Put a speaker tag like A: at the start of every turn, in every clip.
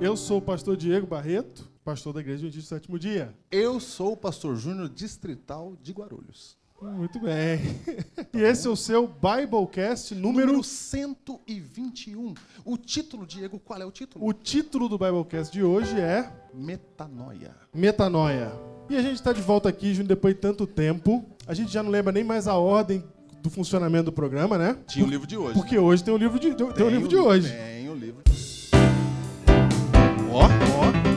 A: Eu sou o pastor Diego Barreto, pastor da Igreja Adventista do Sétimo Dia.
B: Eu sou o pastor Júnior Distrital de Guarulhos.
A: Muito bem. e esse é o seu Biblecast número... um.
B: Número 121. O título, Diego, qual é o título?
A: O título do Biblecast de hoje é
B: Metanoia.
A: Metanoia. E a gente está de volta aqui, Júnior, depois de tanto tempo. A gente já não lembra nem mais a ordem do funcionamento do programa, né?
B: Tinha o livro de hoje. um
A: Porque hoje tem o livro de, tem o livro de hoje.
B: Tem o livro. Ó, ó.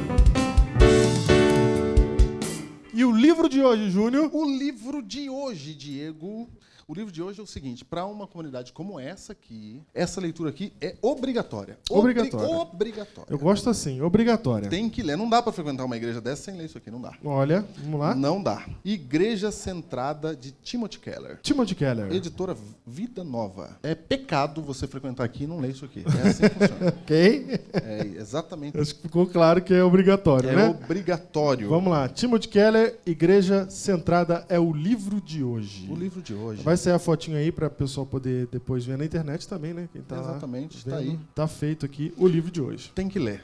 A: E o livro de hoje, Júnior,
B: O livro de hoje, Diego. O livro de hoje é o seguinte: para uma comunidade como essa aqui, essa leitura aqui é obrigatória. Obri-
A: Obrigatória.
B: Obrigatória.
A: eu gosto assim, obrigatória.
B: Tem que ler. Não dá para frequentar uma igreja dessa sem ler isso aqui. Não dá.
A: Olha, vamos lá.
B: Não dá. Igreja Centrada de Timothy Keller.
A: Timothy Keller.
B: Editora Vida Nova. É pecado você frequentar aqui e não ler isso aqui. É assim que funciona.
A: Ok?
B: É exatamente.
A: Acho que ficou claro que é obrigatório,
B: É
A: né?
B: obrigatório.
A: Vamos lá. Timothy Keller, Igreja Centrada é o livro de hoje.
B: O livro de hoje.
A: Vai sair a fotinha aí para o pessoal poder depois ver na internet também, né? Quem tá lá
B: Exatamente, está
A: vendo,
B: aí.
A: Tá feito aqui o livro de hoje.
B: Tem que ler.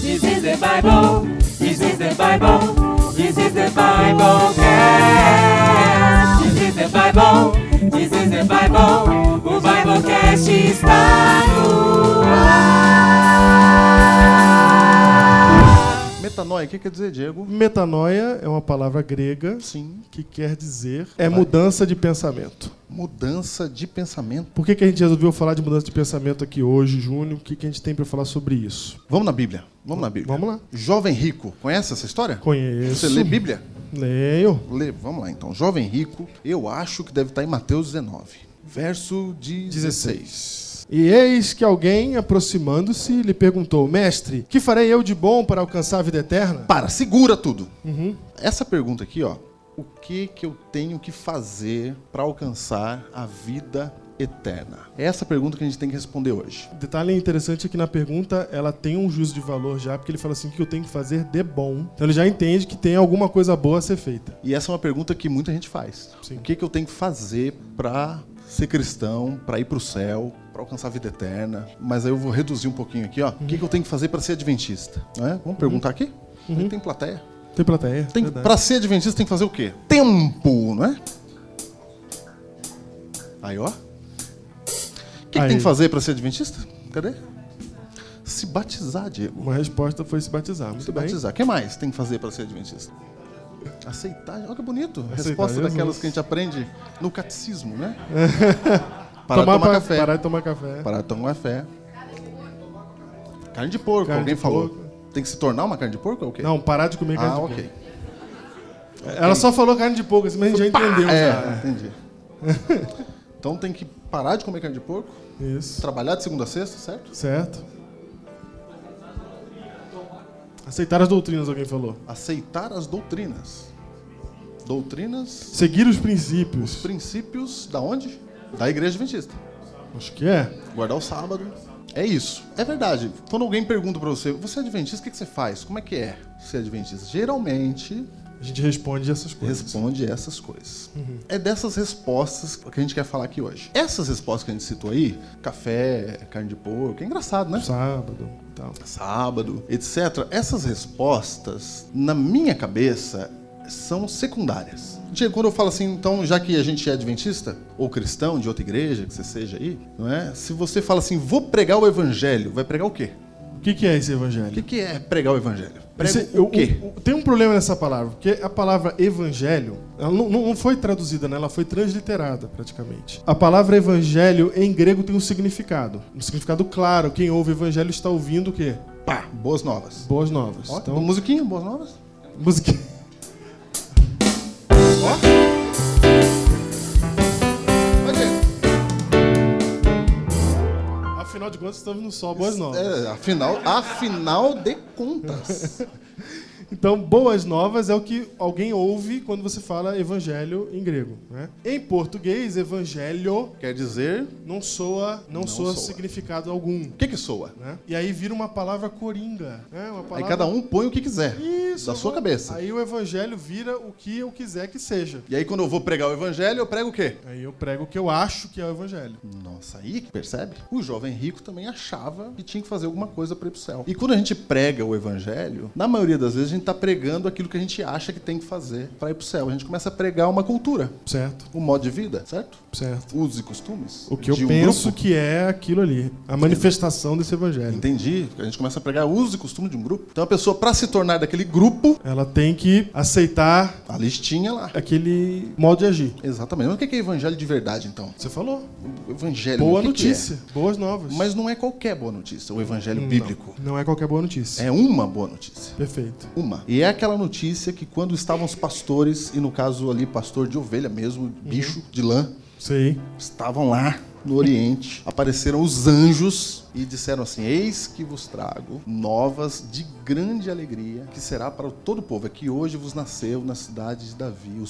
C: This is the Bible. This is the Bible. This is the Bible. Cast. This is the Bible. This is the Bible. O Bible Cast está no ar.
B: Metanoia, o que quer dizer, Diego?
A: Metanoia é uma palavra grega
B: Sim.
A: que quer dizer é mudança de pensamento.
B: Mudança de pensamento.
A: Por que, que a gente resolveu falar de mudança de pensamento aqui hoje, Júnior? O que, que a gente tem para falar sobre isso?
B: Vamos na Bíblia. Vamos na Bíblia.
A: Vamos lá.
B: Jovem rico. Conhece essa história?
A: Conheço.
B: Você lê Bíblia?
A: Leio.
B: Lê. Vamos lá, então. Jovem rico, eu acho que deve estar em Mateus 19, verso 16.
A: E eis que alguém, aproximando-se, lhe perguntou: Mestre, que farei eu de bom para alcançar a vida eterna?
B: Para, segura tudo.
A: Uhum.
B: Essa pergunta aqui, ó. O que que eu tenho que fazer para alcançar a vida eterna? É essa pergunta que a gente tem que responder hoje.
A: Detalhe interessante é que na pergunta ela tem um juízo de valor já, porque ele fala assim: que eu tenho que fazer de bom. Então ele já entende que tem alguma coisa boa a ser feita.
B: E essa é uma pergunta que muita gente faz.
A: Sim.
B: O que que eu tenho que fazer para ser cristão, para ir para o céu, para alcançar a vida eterna? Mas aí eu vou reduzir um pouquinho aqui, ó. O
A: Uhum.
B: que que eu tenho que fazer para ser adventista? Não é? Vamos perguntar aqui?
A: Uhum.
B: Tem plateia?
A: Tem plateia?
B: Tem,
A: Verdade.
B: pra ser adventista tem que fazer o quê? Tempo, não é? Aí, ó. O que, que
A: Aí.
B: tem que fazer pra ser adventista? Cadê? Se batizar, Diego.
A: Uma resposta foi se batizar. Muito
B: Se
A: bem.
B: batizar. O que mais tem que fazer pra ser adventista? Aceitar. Olha que bonito.
A: Aceitar
B: Resposta
A: Jesus.
B: daquelas que a gente aprende no catecismo, né?
A: Tomar
B: Parar de tomar
A: pa-
B: café.
A: Parar de tomar café.
B: Parar de tomar café. Carne de porco,
A: Carne
B: alguém
A: de
B: falou.
A: porco.
B: Tem que se tornar uma carne de porco ou o quê?
A: Não, parar de comer carne
B: Ah,
A: de
B: ok.
A: porco. Ela só falou carne de porco, assim, mas a gente já entendeu
B: É,
A: já.
B: entendi. então tem que parar de comer carne de porco,
A: Isso.
B: trabalhar de segunda a sexta, certo?
A: Certo. Aceitar as doutrinas, alguém falou.
B: Aceitar as doutrinas. Doutrinas,
A: Seguir os princípios.
B: os princípios da onde? Da igreja adventista.
A: Acho que é.
B: Guardar o sábado. É isso. É verdade. Quando alguém pergunta pra você, você é adventista, o que que você faz? Como é que é ser adventista? Geralmente,
A: A gente responde essas coisas.
B: responde essas coisas. É dessas respostas que a gente quer falar aqui hoje. Essas respostas que a gente citou aí, café, carne de porco, é engraçado, né?
A: Sábado e tal.
B: sábado, etc. Essas respostas, na minha cabeça, são secundárias. Diego, quando eu falo assim, então, já que a gente é adventista ou cristão de outra igreja, que você seja aí, não é? Se você fala assim, vou pregar o evangelho, vai pregar o quê?
A: O que, que é esse
B: O
A: evangelho?
B: que, que é pregar o evangelho? Prega
A: Esse-
B: o quê?
A: o- o- tem um problema nessa palavra, porque a palavra evangelho ela não, não- não foi traduzida, né? ela foi transliterada praticamente. A palavra evangelho em grego tem um significado. Um significado claro. Quem ouve evangelho está ouvindo o quê?
B: Pá, boas novas.
A: Boas novas.
B: Ó,
A: então,
B: uma musiquinha, boas novas.
A: música.
B: Ó. Vai, Diego.
A: Afinal de contas, estamos no Sol Boas Novas.
B: É, afinal, afinal de contas.
A: Então, boas novas é o que alguém ouve quando você fala evangelho em grego. Né? Em português, evangelho
B: Quer dizer,
A: não soa, não
B: Não
A: soa,
B: soa.
A: significado algum.
B: o que que soa?
A: né? E aí vira uma palavra coringa. Né? Uma
B: Aí
A: palavra...
B: cada um põe o que quiser
A: Isso,
B: da
A: eu vou-
B: sua cabeça.
A: Aí o evangelho vira o que eu quiser que seja.
B: E aí quando eu vou pregar o evangelho, eu prego o quê?
A: Aí eu prego o que eu acho que é o evangelho.
B: Nossa, aí que percebe? O jovem rico também achava que tinha que fazer alguma coisa para ir pro céu. E quando a gente prega o evangelho, na maioria das vezes a gente tá pregando aquilo que a gente acha que tem que fazer para ir pro céu. A gente começa a pregar uma cultura,
A: Certo,
B: um modo de vida, certo?
A: certo.
B: Usos e costumes.
A: O que eu
B: de um
A: penso
B: grupo.
A: que é aquilo ali, a manifestação desse evangelho.
B: Entendi. A gente começa a pregar usos e costumes de um grupo. Então a pessoa, para se tornar daquele grupo,
A: Ela tem que aceitar
B: a listinha lá.
A: aquele modo de agir.
B: Exatamente. Mas o que é evangelho de verdade, então?
A: Você falou.
B: O evangelho.
A: Boa
B: o que que
A: notícia, boas novas.
B: é? Mas não é qualquer boa notícia, o evangelho bíblico.
A: Não, não é qualquer boa notícia.
B: É uma boa notícia.
A: Perfeito.
B: Uma. E é aquela notícia que quando estavam os pastores, e no caso ali, pastor de ovelha mesmo, bicho de lã,
A: Sei.
B: estavam lá no Oriente, apareceram os anjos e disseram assim: Eis que vos trago novas de grande alegria, que será para todo o povo. É que hoje vos nasceu na cidade de Davi o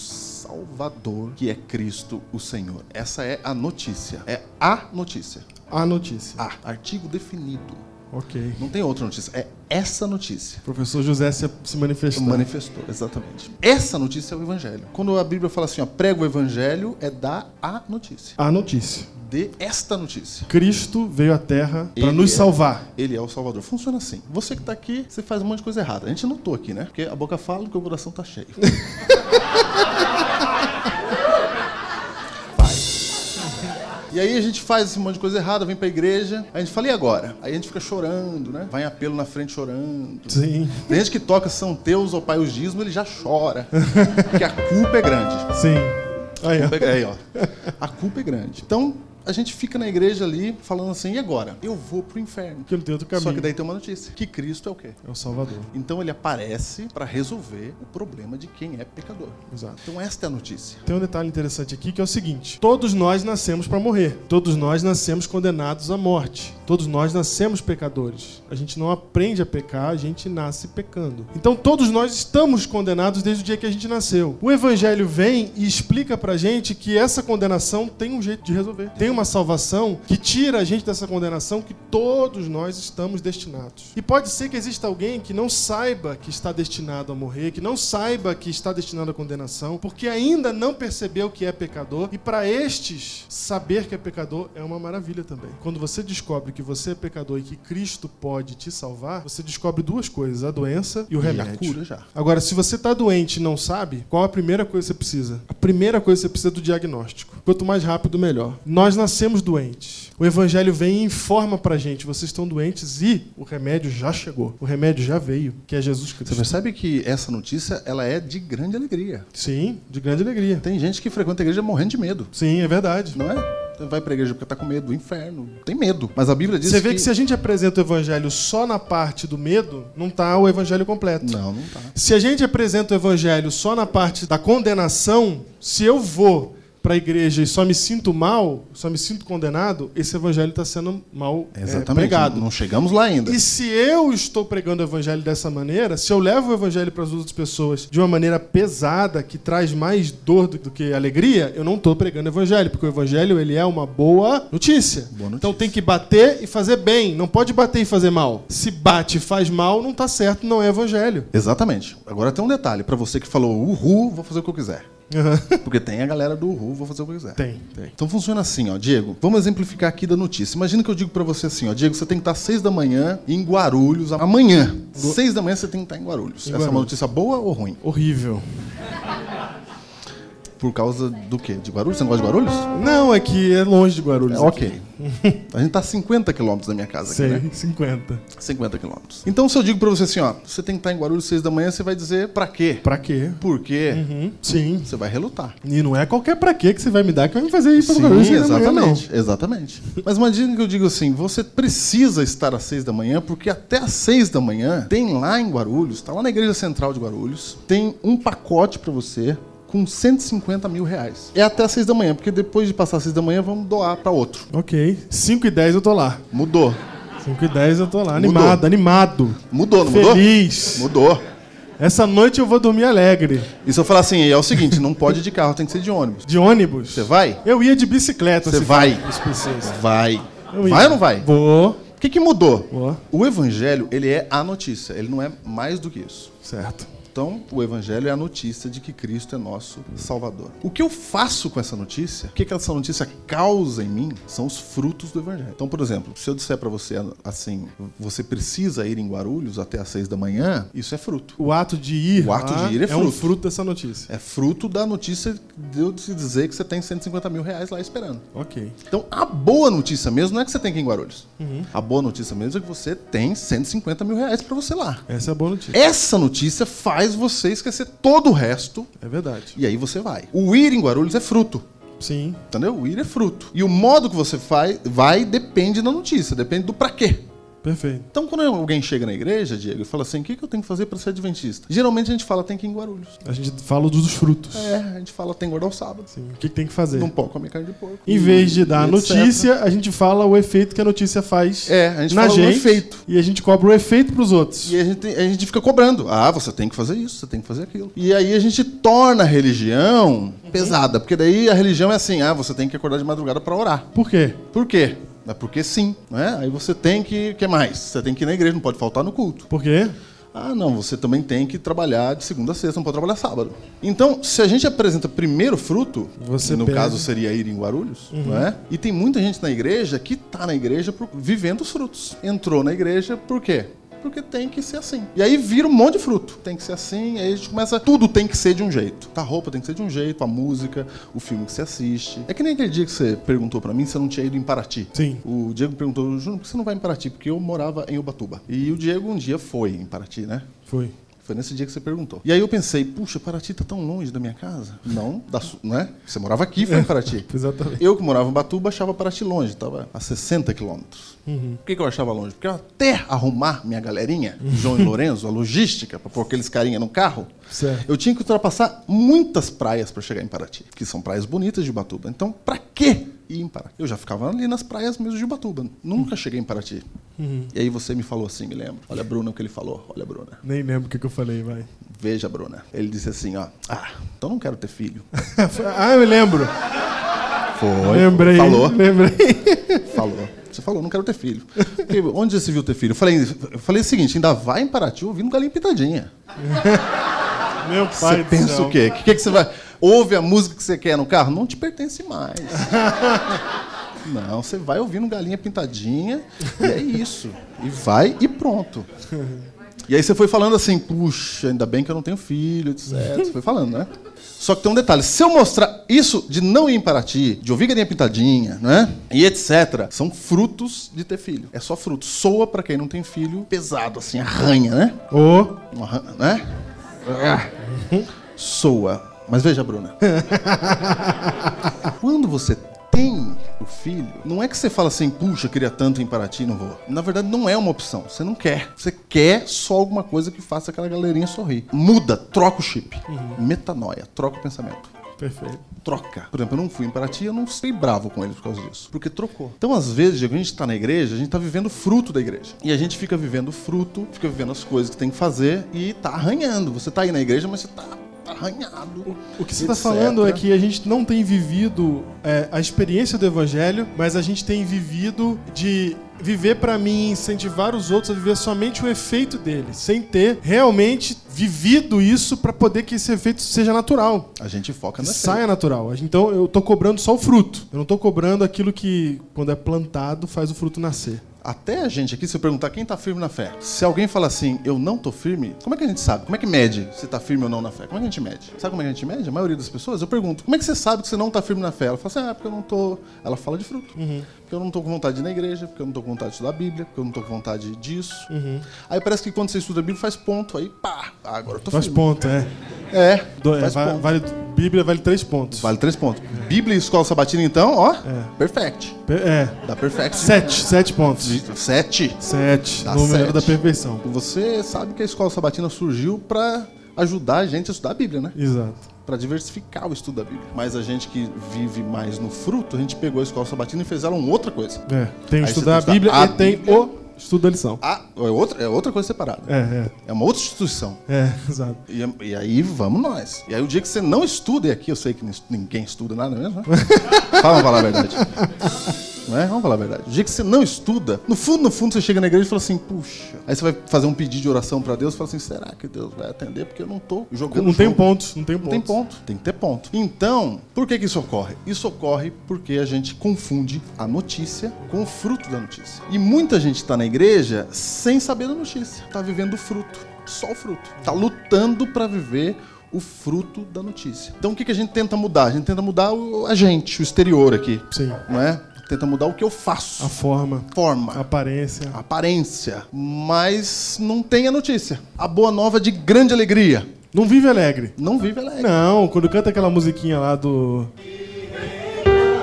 B: Salvador, que é Cristo o Senhor. Essa é a notícia. É a notícia.
A: A notícia.
B: A. Artigo definido.
A: Ok.
B: Não tem outra notícia. É essa notícia.
A: O professor José se, se manifestou.
B: Manifestou, exatamente. Essa notícia é o evangelho. Quando a Bíblia fala assim, ó, prega o evangelho, é dar a notícia.
A: A notícia.
B: Dê esta notícia.
A: Cristo veio à Terra para
B: Ele
A: nos
B: é.
A: salvar.
B: Ele é o Salvador. Funciona assim. Você que tá aqui, você faz um monte de coisa errada. A gente notou aqui, né? Porque a boca fala porque o coração tá cheio. Faz. E aí a gente faz esse monte de coisa errada, vem pra igreja, aí a gente fala, e agora? Aí a gente fica chorando, né? Vai em apelo na frente chorando.
A: Sim.
B: Tem gente que toca São Teus ou Pai Os Dízimo, ele já chora. Porque a culpa é grande.
A: Sim. Aí, ó.
B: Culpa é- Aí, ó. A culpa é grande. Então, a gente fica na igreja ali falando assim, e agora? Eu vou pro inferno.
A: Porque não tem outro
B: Só
A: caminho.
B: que daí tem uma notícia. Que Cristo é o quê?
A: É o Salvador.
B: Então ele aparece pra resolver o problema de quem é pecador.
A: Exato.
B: Então esta é a notícia.
A: Tem um detalhe interessante aqui que é o seguinte: todos nós nascemos para morrer. Todos nós nascemos condenados à morte. Todos nós nascemos pecadores. A gente não aprende a pecar, a gente nasce pecando. Então todos nós estamos condenados desde o dia que a gente nasceu. O evangelho vem e explica pra gente que essa condenação tem um jeito de resolver. Tem uma salvação que tira a gente dessa condenação que todos nós estamos destinados. E pode ser que exista alguém que não saiba que está destinado a morrer, que não saiba que está destinado à condenação, porque ainda não percebeu que é pecador. E para estes, saber que é pecador é uma maravilha também. Quando você descobre que você é pecador e que Cristo pode te salvar, você descobre duas coisas: a doença e o
B: E
A: remédio.
B: a cura já.
A: Agora, se você tá doente e não sabe, qual a primeira coisa que você precisa? A primeira coisa que você precisa é do diagnóstico. Quanto mais rápido, melhor. Nós nascemos doentes. O evangelho vem e informa pra gente: vocês estão doentes e o remédio já chegou. O remédio já veio, que é Jesus
B: Você
A: Cristo.
B: percebe que essa notícia, ela é de grande alegria.
A: Sim, de grande alegria.
B: Tem gente que frequenta a igreja morrendo de medo,
A: Sim, é verdade.
B: não é? Você Vai pra igreja porque tá com medo do inferno. Tem medo. Mas a Bíblia diz
A: Você vê que se a gente apresenta o evangelho só na parte do medo, não tá o evangelho completo.
B: Não, não tá.
A: Se a gente apresenta o evangelho só na parte da condenação, se eu vou para a igreja e só me sinto mal, só me sinto condenado, esse evangelho está sendo mal é,
B: Exatamente.
A: pregado.
B: Não, não chegamos lá ainda.
A: E se eu estou pregando o evangelho dessa maneira, se eu levo o evangelho para as outras pessoas de uma maneira pesada, que traz mais dor do, do que alegria, eu não estou pregando o evangelho, porque o evangelho ele é uma boa notícia.
B: Boa notícia.
A: Então tem que bater e fazer bem, não pode bater e fazer mal. Se bate e faz mal, não está certo, não é evangelho.
B: Exatamente. Agora tem um detalhe. pra você que falou, uhul, vou fazer o que eu quiser.
A: Aham.
B: Porque tem a galera do Uhul, vou fazer o que eu quiser.
A: Tem.
B: Então funciona assim, ó, Diego. Vamos exemplificar aqui da notícia. Imagina que eu digo pra você assim, ó, Diego, você tem que estar às seis da manhã em Guarulhos amanhã. Seis da manhã você tem que estar em Guarulhos. Essa é uma
A: Guarulhos.
B: notícia boa ou ruim?
A: Horrível.
B: Por causa do quê? De Guarulhos? Você não gosta de Guarulhos?
A: Não, é que é longe de
B: É,
A: Guarulhos. aqui.
B: ok. A gente tá a 50 quilômetros da minha casa aqui, né?
A: Sei, 50.
B: 50 quilômetros. Então se eu digo pra você assim, ó, você tem que estar em Guarulhos às seis da manhã, você vai dizer pra quê?
A: Pra quê?
B: Por quê?
A: Hum, sim.
B: Você vai relutar.
A: E não é qualquer pra quê que você vai me dar que vai me fazer ir pra
B: Sim,
A: Guarulhos. seis da manhã,
B: exatamente, exatamente. Mas imagina que eu digo assim, você precisa estar às seis da manhã, porque até às seis da manhã tem lá em Guarulhos, tá lá na Igreja Central de Guarulhos, tem um pacote pra você com 150 mil reais. É até as 6 da manhã, porque depois de passar as 6 da manhã, vamos doar para outro.
A: Ok. 5 e 10 eu tô lá.
B: Mudou.
A: 5 e 10 eu tô lá.
B: Mudou.
A: Animado, animado.
B: Mudou, não mudou?
A: Feliz.
B: Mudou.
A: Essa noite eu vou dormir alegre.
B: E se eu falar assim, é o seguinte, não pode ir de carro, tem que ser de ônibus.
A: De ônibus.
B: Você vai?
A: Eu ia de bicicleta.
B: Você
A: Então se
B: vai?
A: fosse preciso.
B: Vai.
A: Eu ia.
B: Vai ou não vai?
A: Vou.
B: O que, que mudou?
A: Boa.
B: O evangelho, ele é a notícia, ele não é mais do que isso.
A: Certo.
B: Então, o evangelho é a notícia de que Cristo é nosso Salvador. O que eu faço com essa notícia, o que, que essa notícia causa em mim, são os frutos do evangelho. Então, por exemplo, se eu disser pra você assim, você precisa ir em Guarulhos até às seis da manhã, isso é fruto.
A: O ato de ir.
B: O ato
A: lá
B: de ir é
A: um
B: fruto.
A: fruto dessa notícia.
B: É fruto da notícia de eu te dizer que você tem 150 mil reais lá esperando.
A: Ok.
B: Então, a boa notícia mesmo não é que você tem que ir em Guarulhos. A boa notícia mesmo é que você tem 150 mil reais pra você lá.
A: Essa é a boa notícia.
B: Essa notícia faz você esquecer todo o resto
A: É verdade.
B: e aí você vai. O ir em Guarulhos é fruto.
A: Sim.
B: Entendeu? O ir é fruto. E o modo que você faz, vai depende da notícia, depende do pra quê.
A: Perfeito.
B: Então, quando alguém chega na igreja, Diego, e fala assim: o que, que eu tenho que fazer pra ser adventista? Geralmente a gente fala: tem que ir em Guarulhos.
A: A gente fala dos frutos.
B: É, a gente fala: tem que guardar o sábado.
A: Sim. O que, que tem que fazer?
B: Não pode comer carne de porco.
A: Em vez de dar a
B: Etc.
A: notícia, a gente fala o efeito que a notícia faz
B: É, a gente
A: na
B: fala o
A: gente.
B: efeito.
A: E a gente cobra o efeito pros outros.
B: E a gente, a gente fica cobrando. Ah, você tem que fazer isso, você tem que fazer aquilo. E aí a gente torna a religião pesada. Porque daí a religião é assim: ah, você tem que acordar de madrugada pra orar.
A: Por quê?
B: Por quê? É porque sim, né? Aí você tem que. O que mais? Você tem que ir na igreja, não pode faltar no culto.
A: Por quê?
B: Ah, não, você também tem que trabalhar de segunda a sexta, não pode trabalhar sábado. Então, se a gente apresenta primeiro fruto,
A: Você
B: que no
A: pega.
B: caso seria ir em Guarulhos, não é? E tem muita gente na igreja que tá na igreja por- vivendo os frutos. Entrou na igreja por quê? Porque tem que ser assim. E aí vira um monte de fruto. Tem que ser assim, aí a gente começa. Tudo tem que ser de um jeito. Tá, a roupa tem que ser de um jeito, a música, o filme que você assiste. É que nem aquele dia que você perguntou pra mim se eu não tinha ido em Paraty.
A: Sim.
B: O Diego perguntou, Júnior, por que você não vai em Paraty? Porque eu morava em Ubatuba. E o Diego um dia foi em Paraty, né?
A: Foi.
B: Foi nesse dia que você perguntou. E aí eu pensei, puxa, Paraty tá tão longe da minha casa. Não, da su- né? Você morava aqui, foi em Paraty.
A: Exatamente.
B: Eu que morava em Batuba achava Paraty longe, tava a 60 quilômetros. Por que, que eu achava longe? Porque eu até arrumar minha galerinha, João e Lourenço, a logística, pra pôr aqueles carinha no carro,
A: Certo.
B: eu tinha que ultrapassar muitas praias pra chegar em Paraty, que são praias bonitas de Ubatuba. Então, pra quê ir em Paraty? Eu já ficava ali nas praias mesmo de Ubatuba. Nunca cheguei em Paraty. E aí você me falou assim, me lembro. Olha, Bruna, o que ele falou. Olha, Bruna.
A: Nem lembro o que, que eu falei, vai.
B: Veja, Bruna. Ele disse assim, ó. Ah, então não quero ter filho.
A: ah, eu lembro.
B: Foi.
A: Lembrei.
B: Falou,
A: Lembrei.
B: falou. Você falou, não quero ter filho. Porque onde já se viu ter filho? Eu falei, eu falei o seguinte, ainda vai em Paraty ouvindo Galinha Pitadinha.
A: Meu pai
B: Você
A: do
B: pensa
A: céu.
B: o quê? O que, é que, que você vai... Ouve a música que você quer no carro? Não te pertence mais. Não, você vai ouvindo Galinha Pintadinha e é isso. E vai e pronto. E aí você foi falando assim, puxa, ainda bem que eu não tenho filho, etc. Você foi falando, né? Só que tem um detalhe, se eu mostrar isso de não ir em Paraty, de ouvir galinha pintadinha, né? E etc. São frutos de ter filho. É só fruto. Soa pra quem não tem filho pesado, assim, arranha, né?
A: Ô,
B: Um arran- né? Ah. Soa. Mas veja, Bruna. Quando você tem o filho, não é que você fala assim, puxa, eu queria tanto em Paraty, não vou. Na verdade, não é uma opção. Você não quer. Você quer só alguma coisa que faça aquela galerinha sorrir. Muda, troca o chip. Metanoia, troca o pensamento
A: perfeito.
B: troca. Por exemplo, eu não fui em Paraty, eu não fiquei bravo com eles por causa disso. Porque trocou. Então, às vezes, Diego, a gente tá na igreja, a gente tá vivendo o fruto da igreja. E a gente fica vivendo o fruto, fica vivendo as coisas que tem que fazer e tá arranhando. Você tá aí na igreja, mas você tá arranhado.
A: O que você está falando é que a gente não tem vivido é, a experiência do evangelho, mas a gente tem vivido de viver para mim, incentivar os outros a viver somente o efeito dele, sem ter realmente vivido isso para poder que esse efeito seja natural.
B: A gente foca
A: Que
B: na
A: saia natural. Então eu tô cobrando só o fruto. Eu não tô cobrando aquilo que, quando é plantado, faz o fruto nascer.
B: Até a gente aqui, se eu perguntar quem tá firme na fé, se alguém fala assim, eu não tô firme, como é que a gente sabe? Como é que mede se tá firme ou não na fé? Como é que a gente mede? Sabe como é que a gente mede? A maioria das pessoas, eu pergunto, como é que você sabe que você não tá firme na fé? Ela fala assim, ah, porque eu não tô. Ela fala de fruto.
A: Uhum.
B: Porque eu não tô com vontade de ir na igreja, porque eu não tô com vontade de estudar a Bíblia, porque eu não tô com vontade disso.
A: Uhum.
B: Aí parece que quando você estuda a Bíblia, faz ponto, aí pá, ah, agora eu tô
A: Faz
B: firme.
A: ponto, é.
B: É,
A: Do- é,
B: faz
A: va-
B: ponto.
A: Vale, Bíblia vale três pontos.
B: Vale três pontos. Bíblia e escola sabatina, então, ó, perfect.
A: Pe- É.
B: Dá perfect.
A: Sete. Sete pontos.
B: Sete.
A: Sete.
B: Dá
A: número
B: Tá sete.
A: da perfeição.
B: Você sabe que a escola sabatina surgiu pra ajudar a gente a estudar a Bíblia, né?
A: Exato.
B: para diversificar o estudo da Bíblia. Mas a gente que vive mais no fruto, a gente pegou a escola sabatina e fez ela uma outra coisa.
A: É, tem o
B: Aí você
A: estudar a
B: tem que
A: Bíblia
B: estudar
A: e
B: a
A: tem
B: Bíblia.
A: o estudo da lição.
B: Ah, é outra, é outra coisa separada.
A: É, é.
B: É uma outra instituição.
A: É, exato.
B: E, e aí vamos nós. E aí o dia que você não estuda, e aqui eu sei que nin- ninguém estuda nada mesmo, né? Fala, vamos falar a verdade. Não é? Vamos falar a verdade. O dia que você não estuda, no fundo, no fundo, você chega na igreja e fala assim, puxa. Aí você vai fazer um pedido de oração pra Deus e fala assim, será que Deus vai atender? Porque eu não tô jogando.
A: Não tem
B: jogo.
A: pontos, não tem pontos.
B: Não tem ponto, tem que ter ponto. Então, por que, que isso ocorre? Isso ocorre porque a gente confunde a notícia com o fruto da notícia. E muita gente está na igreja sem saber da notícia, tá vivendo o fruto, só o fruto. Tá lutando para viver o fruto da notícia. Então, o que, que a gente tenta mudar? A gente tenta mudar o, a gente, o exterior aqui,
A: Sim.
B: não é? Tenta mudar o que eu faço,
A: A forma,
B: a forma
A: a aparência.
B: aparência, mas não tem a notícia. A boa nova de grande alegria.
A: Não vive alegre.
B: Não vive alegre.
A: Não, quando canta aquela musiquinha lá do.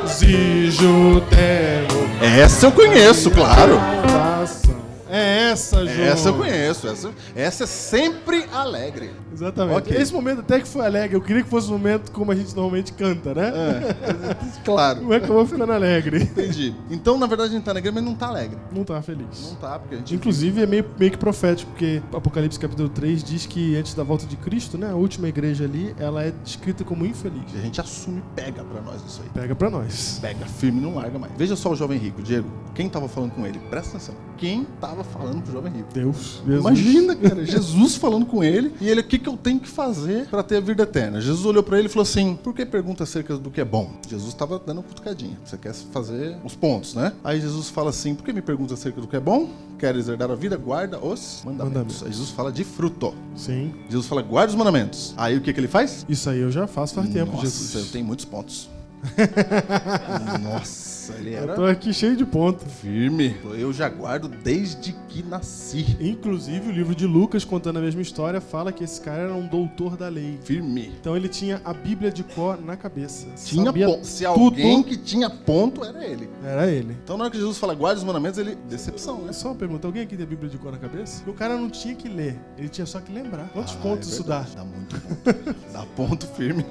A: Zijo Temo.
B: Essa eu conheço, claro.
A: É essa, João.
B: Essa eu conheço. Essa, essa é sempre alegre.
A: Exatamente.
B: Ok.
A: Esse momento até que foi alegre. Eu queria que fosse um momento como a gente normalmente canta, né?
B: É. Claro.
A: Não é que eu vou ficando alegre.
B: Entendi. Então, na verdade, a gente tá alegre, mas não tá alegre.
A: Não tá feliz.
B: Não tá, porque a gente.
A: Inclusive é meio, meio que profético, porque Apocalipse capítulo 3 diz que antes da volta de Cristo, né, a última igreja ali, ela é descrita como infeliz.
B: A gente assume, pega pra nós isso aí.
A: Pega pra nós.
B: Pega firme, não larga mais. Veja só o jovem rico, Diego. Quem tava falando com ele? Presta atenção. Quem tava falando com o jovem rico?
A: Deus. Jesus.
B: Imagina, cara, Jesus falando com ele e ele, o que, que eu tenho que fazer pra ter a vida eterna? Jesus olhou pra ele e falou assim: Por que pergunta acerca do que é bom? Jesus tava dando uma cutucadinha. Você quer fazer os pontos, né? Aí Jesus fala assim: Por que me pergunta acerca do que é bom? Queres herdar a vida? Guarda os mandamentos.
A: Mandamentos.
B: Aí Jesus fala de fruto.
A: Sim.
B: Jesus fala: Guarda os mandamentos. Aí o que, que ele faz?
A: Isso aí eu já faço faz tempo,
B: Nossa, eu
A: Jesus.
B: tenho muitos pontos. Nossa, ele
A: Eu
B: era
A: tô aqui cheio de ponto.
B: firme. Eu já guardo desde que nasci.
A: Inclusive, o livro de Lucas, contando a mesma história, fala que esse cara era um doutor da lei.
B: Firme.
A: Então ele tinha a Bíblia de cor na cabeça.
B: Tinha
A: Sabia
B: ponto. Se
A: tudo.
B: alguém que tinha ponto, era ele.
A: Era ele.
B: Então na hora que Jesus fala guarda os mandamentos, ele... Decepção, né?
A: É só uma pergunta, alguém aqui tem a Bíblia de cor na cabeça? Porque o cara não tinha que ler, ele tinha só que lembrar. Quantos
B: Ah,
A: pontos
B: é
A: isso dá?
B: verdade, Dá muito ponto. dá ponto firme.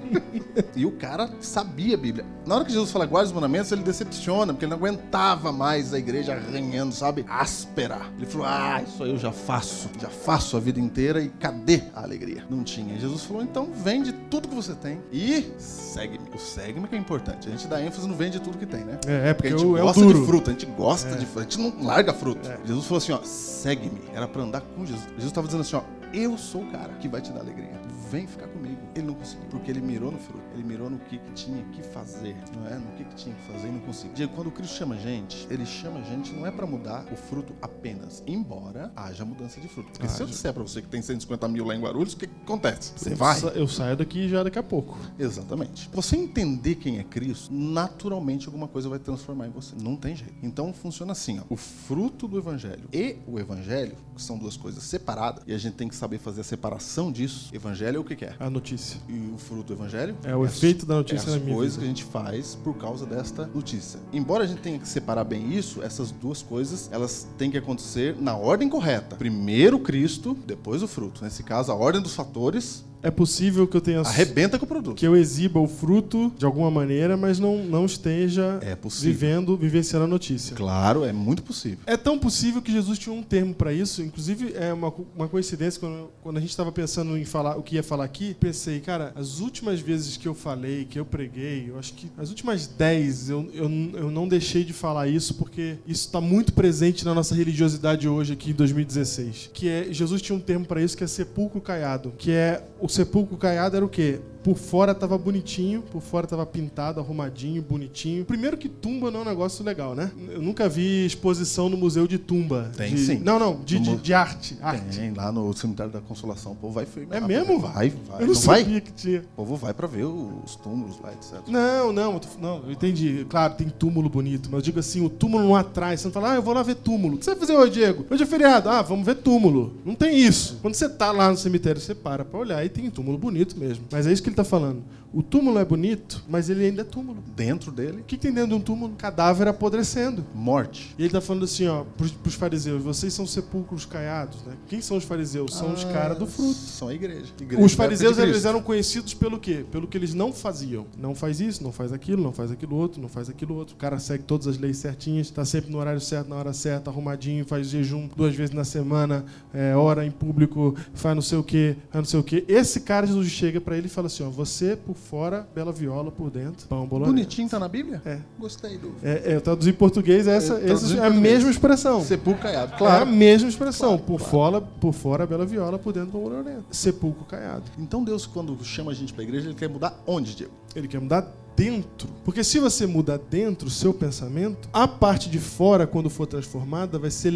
B: e o cara sabia a Bíblia. Na hora que Jesus fala guarda os mandamentos, ele decepciona, porque ele não aguentava mais a igreja arranhando, sabe? Áspera. Ele falou, ah, isso aí eu já faço. Já faço a vida inteira e cadê a alegria? Não tinha. E Jesus falou, então vende tudo que você tem e segue-me. O segue-me que é importante. A gente dá ênfase no vende tudo que tem, né?
A: É, é porque,
B: Porque a gente
A: eu, é o
B: gosta de
A: duro.
B: fruta, a gente gosta de fruta, a gente não larga fruta. Jesus falou assim, ó, segue-me. Era pra andar com Jesus. Jesus tava dizendo assim, ó, eu sou o cara que vai te dar alegria. Vem ficar comigo. Ele não conseguiu, porque ele mirou no fruto. Ele mirou no que, que tinha que fazer, não é? No que, que tinha que fazer e não conseguiu. Diego, quando Cristo chama a gente, ele chama a gente não é pra mudar o fruto apenas, embora haja mudança de fruto. Porque se eu disser pra você que tem 150 mil lá em Guarulhos, o que, que acontece? Você vai?
A: Eu sa- Eu saio daqui já daqui a pouco.
B: Exatamente. Você entender quem é Cristo, naturalmente alguma coisa vai transformar em você. Não tem jeito. Então funciona assim, ó. O fruto do evangelho e o evangelho, que são duas coisas separadas, e a gente tem que saber fazer a separação disso. Evangelho é o que que é?
A: A notícia.
B: E o fruto do evangelho?
A: É o
B: as-
A: efeito da notícia
B: é
A: na
B: as
A: minha
B: coisas que a
A: vida.
B: gente faz por causa desta notícia. Embora a gente tenha que separar bem isso, essas duas coisas, elas têm que acontecer na ordem correta. Primeiro o Cristo, depois o fruto. Nesse caso, a ordem dos fatores
A: É possível que eu tenha.
B: arrebenta com o produto.
A: Que eu exiba o fruto de alguma maneira, mas não, não esteja
B: É possível.
A: vivendo, vivenciando a notícia.
B: Claro, é muito possível.
A: É tão possível que Jesus tinha um termo pra isso. Inclusive, é uma, co- uma coincidência, quando, quando a gente estava pensando em falar o que ia falar aqui, pensei, cara, as últimas vezes que eu falei, que eu preguei, eu acho que as últimas 10 eu, eu, n- eu não deixei de falar isso, porque isso está muito presente na nossa religiosidade hoje, aqui em 2016. Que é, Jesus tinha um termo pra isso que é sepulcro caiado. Que é, o sepulcro caiado era o quê? Por fora tava bonitinho, por fora tava pintado, arrumadinho, bonitinho. Primeiro que tumba não é um negócio legal, né? Eu nunca vi exposição no museu de tumba.
B: Tem
A: de...
B: sim.
A: Não, não, de,
B: No
A: de,
B: mu-
A: de arte. É arte.
B: Tem, lá no cemitério da Consolação, o povo vai firme.
A: É
B: lá,
A: mesmo?
B: Vai, vai.
A: Eu não,
B: não vai?
A: sabia que tinha.
B: O povo vai pra ver os túmulos lá, etc.
A: Não, não, eu tô- não, eu entendi. Claro, tem túmulo bonito, mas eu digo assim, o túmulo não atrai. Você não fala, ah, eu vou lá ver túmulo. O que você vai fazer hoje, Diego? Hoje é feriado. Ah, vamos ver túmulo. Não tem isso. Quando você tá lá no cemitério, você para pra olhar e tem túmulo bonito mesmo. Mas é isso que ele está falando? O túmulo é bonito, mas ele ainda é túmulo.
B: Dentro dele,
A: O que que tem dentro de um túmulo? Cadáver apodrecendo.
B: morte.
A: E ele tá falando assim, ó, pros, pros fariseus, vocês são sepulcros caiados, né? Quem são os fariseus? São
B: Ah,
A: os caras do fruto.
B: São a igreja. Igreja
A: Os
B: da
A: fariseus é
B: época de
A: eles
B: Cristo.
A: eram conhecidos pelo quê? Pelo que eles não faziam. Não faz isso, não faz aquilo, não faz aquilo outro, não faz aquilo outro. O cara segue todas as leis certinhas, tá sempre no horário certo, na hora certa, arrumadinho, faz jejum duas vezes na semana, é, ora em público, faz não sei o quê, faz não sei o quê. Esse cara, Jesus chega pra ele e fala assim, ó, você por fora, bela viola, por dentro, pão bolonhesa.
B: Bonitinho tá na Bíblia?
A: É.
B: Gostei do.
A: É, é, eu traduzi em português, essa,
B: Eu
A: essa
B: traduzi em
A: é a
B: português.
A: mesma expressão.
B: Sepulcro caiado.
A: Claro. É a
B: Claro.
A: mesma expressão.
B: Claro,
A: por,
B: claro.
A: Fora, por fora, bela viola, por dentro, pão bolonhesa. Sepulcro caiado.
B: Então Deus, quando chama a gente pra igreja, ele quer mudar onde, Diego?
A: Ele quer mudar dentro. Porque se você mudar dentro o seu pensamento, a parte de fora, quando for transformada, vai ser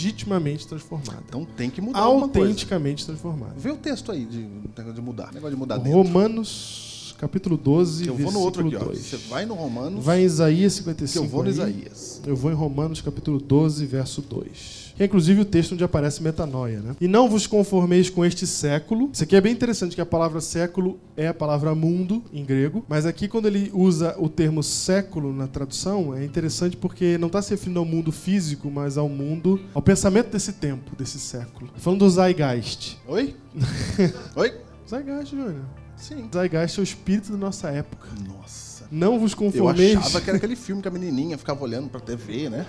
A: legitimamente transformada.
B: Então tem que mudar alguma coisa.
A: Autenticamente transformada.
B: Vê o texto aí de, de mudar. Negócio de mudar dentro.
A: Romanos, capítulo 12,
B: Eu vou no
A: versículo
B: outro aqui, ó.
A: 2.
B: Você vai no Romanos,
A: Vai em Isaías
B: que
A: 55.
B: eu vou no
A: aí.
B: Isaías.
A: Eu vou em Romanos capítulo 12, verso 2. Que é inclusive o texto onde aparece metanoia, né? E não vos conformeis com este século. Isso aqui é bem interessante, que a palavra século é a palavra mundo em grego. Mas aqui, quando ele usa o termo século na tradução, é interessante porque não está se referindo ao mundo físico, mas ao mundo, ao pensamento desse tempo, desse século. Tá Falando do Zeitgeist.
B: Oi? Oi?
A: Zeitgeist, Júnior.
B: Sim.
A: Zeitgeist é o espírito da nossa época.
B: Nossa.
A: Não vos
B: Eu
A: conformeis.
B: achava que era aquele filme que a menininha ficava olhando pra TV, né?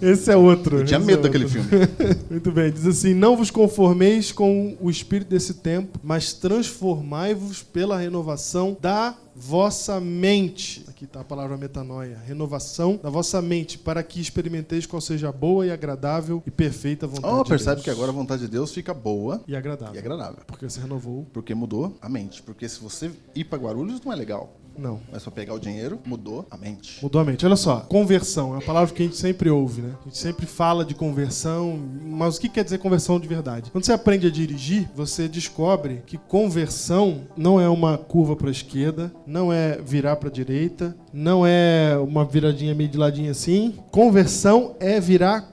A: Esse é outro.
B: Eu tinha
A: esse é
B: medo daquele
A: outro.
B: filme.
A: Muito bem, diz assim: Não vos conformeis com o espírito desse tempo, mas transformai-vos pela renovação da vossa mente. Aqui está a palavra metanoia: renovação da vossa mente, para que experimenteis qual seja a boa e agradável e perfeita vontade.
B: Oh,
A: de
B: percebe
A: Deus.
B: que agora a vontade de Deus fica boa
A: E agradável.
B: e agradável.
A: Porque você renovou?
B: Porque mudou a mente. Porque se você ir pra Guarulhos não é legal.
A: Não.
B: É só pegar o dinheiro, mudou a mente.
A: Mudou a mente. Olha só, conversão é uma palavra que a gente sempre ouve, né? A gente sempre fala de conversão, mas o que quer dizer conversão de verdade? Quando você aprende a dirigir, você descobre que conversão não é uma curva para esquerda, não é virar para direita, não é uma viradinha meio de ladinho assim. Conversão é virar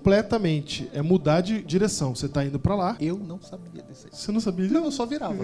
A: completamente, é mudar de direção. Você tá indo para lá.
B: Eu não sabia disso aí.
A: Você não sabia disso?
B: Não, eu só virava.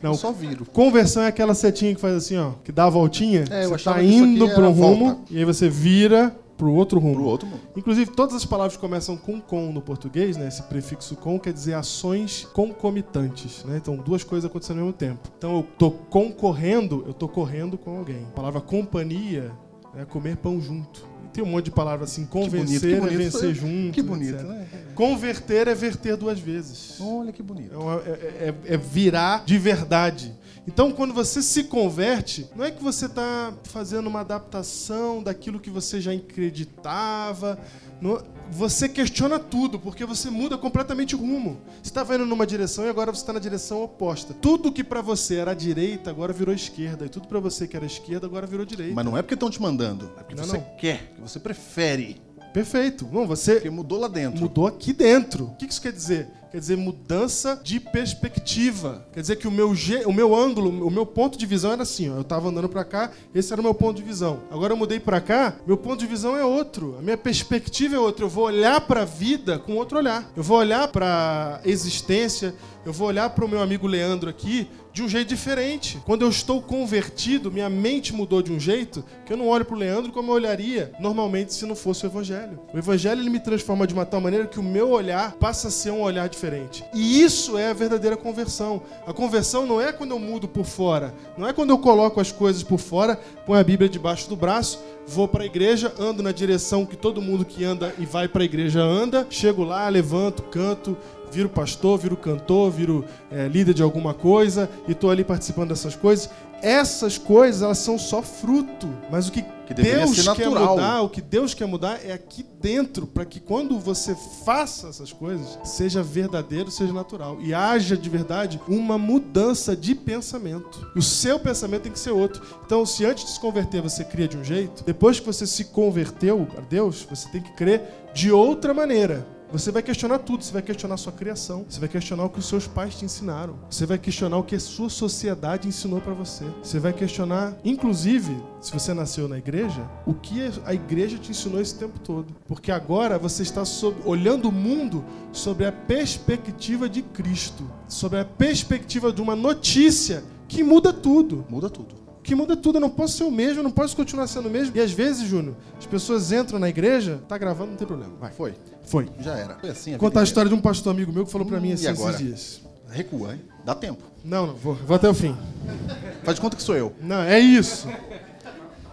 A: Não.
B: Eu só viro.
A: Conversão é aquela setinha que faz assim, ó, que dá a voltinha.
B: É, eu
A: você
B: achava
A: tá
B: que isso aqui
A: indo
B: era
A: para um
B: a
A: rumo
B: volta.
A: e aí você vira pro outro rumo.
B: Pro outro mundo.
A: Inclusive, todas as palavras que começam com com no português, né? Esse prefixo com quer dizer ações concomitantes, né? Então, duas coisas acontecendo ao mesmo tempo. Então, eu tô concorrendo, eu tô correndo com alguém. A palavra companhia é comer pão junto. E tem um monte de palavra assim, convencer é vencer junto.
B: Que bonito,
A: etc.
B: né?
A: Converter é verter duas vezes.
B: Olha que
A: É,
B: bonito.
A: uma- é- é- é virar de verdade. Então, quando você se converte, não é que você está fazendo uma adaptação daquilo que você já acreditava. não- você questiona tudo, porque você muda completamente o rumo. Você estava indo numa direção e agora você está na direção oposta. Tudo que para você era direita agora virou esquerda. E tudo para você que era esquerda agora virou direita.
B: Mas não é porque estão te mandando. É porque
A: Não,
B: você
A: não.
B: quer, que você prefere.
A: Perfeito. Não, você
B: Porque mudou lá dentro.
A: Mudou aqui dentro. O que que isso quer dizer? Quer dizer mudança de perspectiva. Quer dizer que o meu, ge- o meu ângulo, o meu ponto de visão era assim, ó. Eu tava andando pra cá, esse era o meu ponto de visão. Agora eu mudei pra cá, meu ponto de visão é outro. A minha perspectiva é outra. Eu vou olhar pra vida com outro olhar. Eu vou olhar pra existência, eu vou olhar pro meu amigo Leandro aqui de um jeito diferente. Quando eu estou convertido, minha mente mudou de um jeito que eu não olho pro Leandro como eu olharia normalmente se não fosse o Evangelho. O Evangelho ele me transforma de uma tal maneira que o meu olhar passa a ser um olhar diferente. E isso é a verdadeira conversão. A conversão não é quando eu mudo por fora, não é quando eu coloco as coisas por fora, põe a Bíblia debaixo do braço, vou pra igreja, ando na direção que todo mundo que anda e vai pra igreja anda, chego lá, levanto, canto, viro pastor, viro cantor, viro eh, líder de alguma coisa e tô ali participando dessas coisas. Essas coisas, elas são só fruto. Mas o que,
B: Que deveria
A: Deus
B: ser
A: quer
B: natural.
A: mudar, o que Deus quer mudar é aqui dentro, para que quando você faça essas coisas, seja verdadeiro, seja natural. E haja de verdade uma mudança de pensamento. O seu pensamento tem que ser outro. Então, se antes de se converter você cria de um jeito, depois que você se converteu a Deus, você tem que crer de outra maneira. Você vai questionar tudo. Você vai questionar sua criação. Você vai questionar o que os seus pais te ensinaram. Você vai questionar o que a sua sociedade ensinou pra você. Você vai questionar, inclusive, se você nasceu na igreja, o que a igreja te ensinou esse tempo todo. Porque agora você está sob- olhando o mundo sobre a perspectiva de Cristo, sobre a perspectiva de uma notícia que muda tudo
B: Muda tudo.
A: que muda tudo. Eu não posso ser o mesmo, eu não posso continuar sendo o mesmo. E às vezes, Júnior, as pessoas entram na igreja, tá gravando, não tem problema. Vai.
B: Foi.
A: Foi.
B: Já era. Foi assim a
A: Contar a
B: vida
A: história de um pastor amigo meu que falou pra mim
B: Hum,
A: assim
B: e agora?
A: esses dias.
B: inteira. Recua, hein? Dá tempo.
A: Não, não, vou, vou até o fim.
B: Faz de conta que sou eu.
A: Não, é isso.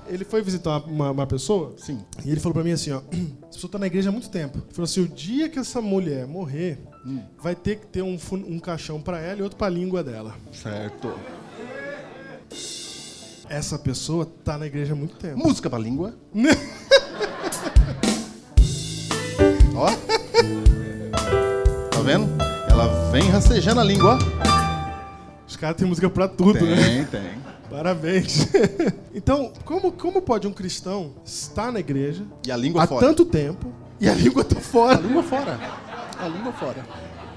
A: Ele foi visitar uma- uma, uma pessoa
B: Sim.
A: e ele falou pra mim assim, ó. Essa pessoa tá na igreja há muito tempo. Ele falou assim, o dia que essa mulher morrer,
B: Hum.
A: vai ter que ter um, fun- um caixão pra ela e outro pra língua dela.
B: Certo.
A: Essa pessoa tá na igreja há muito tempo.
B: Música pra língua. Ó. Tá vendo? Ela vem rastejando a língua.
A: Os caras têm música pra tudo, né?
B: tem.
A: Parabéns. então, como, como pode um cristão estar na igreja
B: E a língua
A: há
B: fora.
A: tanto tempo e a língua tá
B: A
A: fora?
B: língua fora. A língua fora.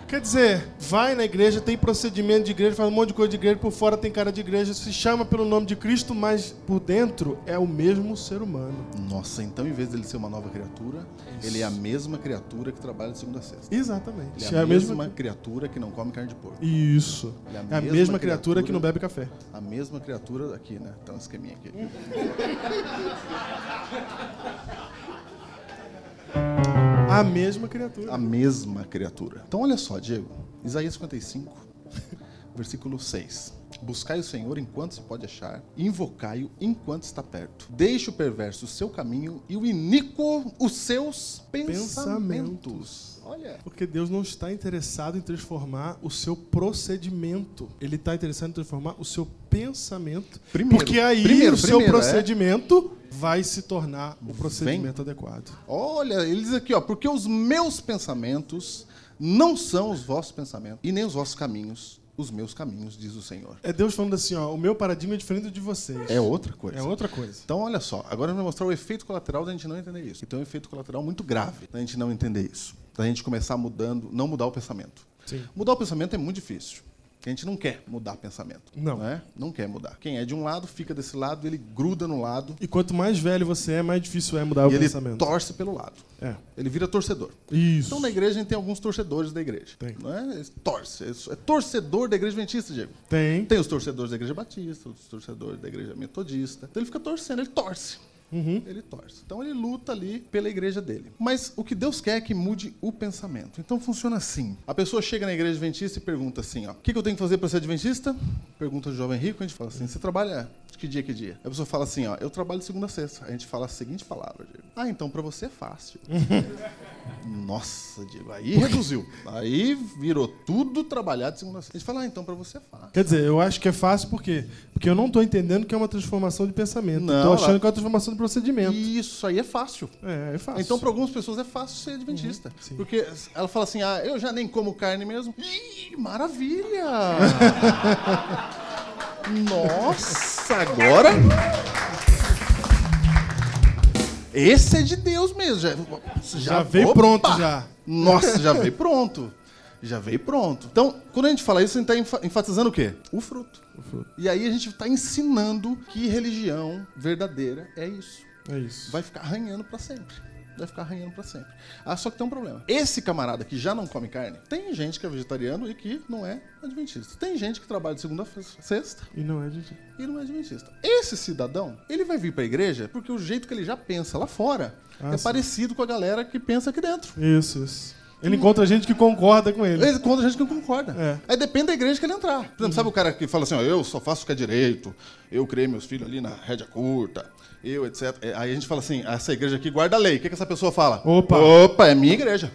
A: Quer dizer, vai na igreja, tem procedimento de igreja, faz um monte de coisa de igreja, por fora tem cara de igreja, se chama pelo nome de Cristo, mas por dentro é o mesmo ser humano.
B: Nossa, então em vez dele ser uma nova criatura, ele é a mesma criatura que trabalha de segunda a sexta.
A: Exatamente.
B: Ele é a mesma criatura que não come carne de porco.
A: Isso.
B: Ele
A: É a mesma criatura que não bebe café.
B: A mesma criatura aqui, né? Tá um esqueminha aqui.
A: A mesma criatura.
B: A mesma criatura. Então olha só, Diego. Isaías 55, versículo 6. Buscai o Senhor enquanto se pode achar, invocai-o enquanto está perto. Deixe o perverso o seu caminho e o iníquo os seus pensamentos. Olha.
A: Porque Deus não está interessado em transformar o seu procedimento. Ele está interessado em transformar o seu pensamento.
B: Primeiro,
A: porque aí
B: primeiro,
A: o seu
B: primeiro, é.
A: procedimento vai se tornar o procedimento adequado.
B: Olha, ele diz aqui, ó, porque os meus pensamentos não são os vossos pensamentos e nem os vossos caminhos, os meus caminhos, diz o Senhor.
A: É Deus falando assim, ó, o meu paradigma é diferente do de vocês.
B: É outra coisa.
A: É outra coisa.
B: Então, olha só, agora eu vou mostrar o efeito colateral da gente não entender isso. Então, é um efeito colateral muito grave da gente não entender isso. Da gente começar mudando, não mudar o pensamento.
A: Sim.
B: Mudar o pensamento é muito difícil. porque A gente não quer mudar pensamento.
A: Não.
B: Né? Não quer mudar. Quem é de um lado fica desse lado, ele gruda no lado
A: E quanto mais velho você é, mais difícil é mudar
B: e
A: o
B: ele
A: pensamento.
B: torce pelo lado.
A: É.
B: Ele vira torcedor.
A: Isso.
B: Então, na igreja, a gente tem alguns torcedores da igreja.
A: Tem.
B: Não é? Eles Torce. É torcedor da igreja adventista, Diego.
A: Tem.
B: Tem os torcedores da igreja batista, os torcedores da igreja metodista. Então ele fica torcendo, ele torce. Ele torce. Então ele luta ali pela igreja dele. Mas o que Deus quer é que mude o pensamento. Então funciona assim. A pessoa chega na igreja adventista e pergunta assim, ó. O que, que eu tenho que fazer para ser adventista? Pergunta o jovem rico, a gente fala assim, você trabalha de que dia, que dia? A pessoa fala assim, ó, eu trabalho de segunda a sexta. A gente fala a seguinte palavra, Diego. Ah, então para você é fácil. Nossa, Diego, aí reduziu. Aí virou tudo trabalhar de segunda a sexta. A gente fala, ah, então para você é fácil.
A: Quer dizer, eu acho que é fácil por quê? Porque eu não tô entendendo que é uma transformação de pensamento.
B: Não,
A: tô achando
B: lá-
A: que é uma transformação de procedimento.
B: E isso aí é fácil.
A: É, é fácil.
B: Então, para algumas pessoas é fácil ser adventista.
A: Uhum, sim.
B: porque ela fala assim: ah, eu já nem como carne mesmo. Ih, maravilha! Nossa, agora. Esse é de Deus mesmo. Já,
A: Já veio pronto, já.
B: Nossa, já veio pronto. Já veio pronto. Então, quando a gente fala isso, a gente está enfatizando o quê? O fruto.
A: fruto.
B: E aí a gente está ensinando que religião verdadeira é isso
A: É isso.
B: vai ficar arranhando pra sempre. Vai ficar arranhando pra sempre. Ah, só que tem um problema. Esse camarada que já não come carne, tem gente que é vegetariano e que não é adventista. Tem gente que trabalha de segunda a sexta
A: E não é de...
B: e não é adventista. Esse cidadão, ele vai vir pra igreja porque o jeito que ele já pensa lá fora
A: Ah,
B: é
A: sim.
B: parecido com a galera que pensa aqui dentro.
A: Isso, isso. Ele encontra gente que concorda com ele.
B: Ele conta gente que não concorda.
A: É.
B: Aí depende da igreja que ele entrar. Por exemplo, sabe o cara que fala assim, ó, eu só faço o que é direito, eu criei meus filhos ali na rédea curta, eu, etc. É, Aí a gente fala assim, essa igreja aqui guarda a lei. O que, que essa pessoa fala?
A: Opa.
B: Opa, é minha igreja.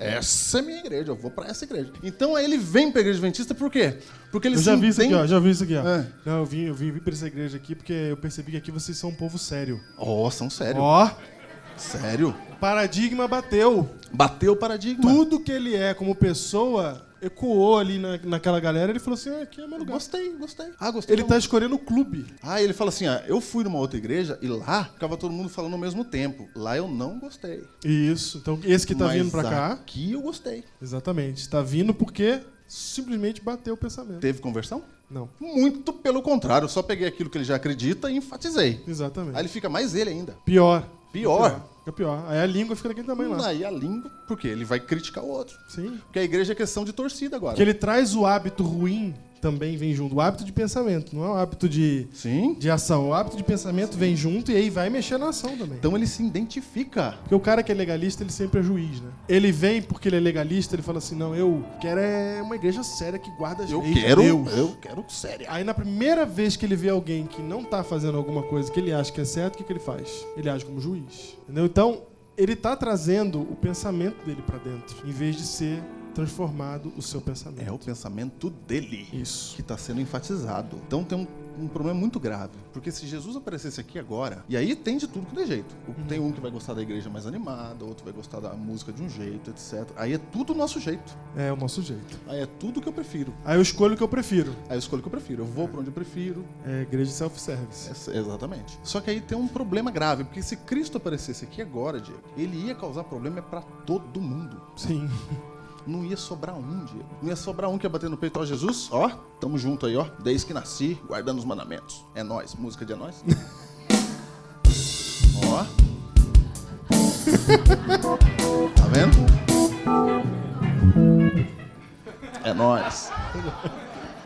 A: É.
B: Essa é minha igreja, eu vou pra essa igreja. Então aí ele vem pra igreja adventista por quê? Porque ele
A: Eu já
B: se
A: vi isso aqui,
B: entende-
A: ó. Já vi isso aqui, ó.
B: É.
A: Não, eu vim, eu vim, vim pra essa igreja aqui porque eu percebi que aqui vocês são um povo sério.
B: Ó, são sérios.
A: Ó.
B: Sério?
A: O paradigma bateu.
B: Bateu o paradigma.
A: Tudo que ele é como pessoa ecoou ali na, naquela galera. Ele falou assim: "Ah, aqui é meu lugar.
B: Gostei, gostei. Ah, gostei.
A: Ele
B: da
A: tá escolhendo o clube.
B: Ah, ele fala assim, ah, eu fui numa outra igreja e lá ficava todo mundo falando ao mesmo tempo. Lá eu não gostei.
A: Isso. Então, esse que tá
B: Mas
A: vindo pra cá.
B: aqui eu gostei.
A: Exatamente. Tá vindo porque simplesmente bateu o pensamento.
B: Teve conversão?
A: Não.
B: Muito pelo contrário, eu só peguei aquilo que ele já acredita e enfatizei.
A: Exatamente.
B: Aí ele fica mais ele ainda.
A: Pior.
B: Pior.
A: Fica pior. Aí a língua fica daquele tamanho lá.
B: Aí a língua, porque ele vai criticar o outro.
A: Sim.
B: Porque a igreja é questão de torcida agora.
A: Que ele traz o hábito ruim também vem junto. O hábito de pensamento. Não é o hábito de,
B: Sim.
A: de ação. O hábito de pensamento vem junto e aí vai mexer na ação também.
B: Então ele se identifica.
A: Porque o cara que é legalista, ele sempre é juiz, né? Ele vem porque ele é legalista, ele fala assim: não, eu quero é uma igreja séria que guarda as
B: Eu
A: leis de
B: quero,
A: Deus.
B: eu quero sério.
A: Aí na primeira vez que ele vê alguém que não tá fazendo alguma coisa que ele acha que é certo, o que, que ele faz? Ele age como juiz. Entendeu? Então, ele tá trazendo o pensamento dele pra dentro, em vez de ser transformado o seu pensamento.
B: É o pensamento dele
A: Isso.
B: que está sendo enfatizado. Então tem um, um problema muito grave. Porque se Jesus aparecesse aqui agora, e aí tem de tudo que tem jeito. O- Tem um que vai gostar da igreja mais animada, outro vai gostar da música de um jeito, etc. Aí é tudo o nosso jeito.
A: É o nosso jeito.
B: Aí é tudo que eu prefiro.
A: Aí eu escolho o que eu prefiro.
B: Aí eu escolho o que eu prefiro. Eu vou pra onde eu prefiro.
A: É igreja de self-service.
B: Ex- Exatamente. Só que aí tem um problema grave, porque se Cristo aparecesse aqui agora, Diego, ele ia causar problema pra todo mundo.
A: Sim.
B: Não ia sobrar um, Diego. Não ia sobrar um que ia bater no peito, ó, Jesus, ó, tamo junto aí, ó. Desde que nasci, guardando os mandamentos. É nós, música de é nós. ó. tá vendo? É nós.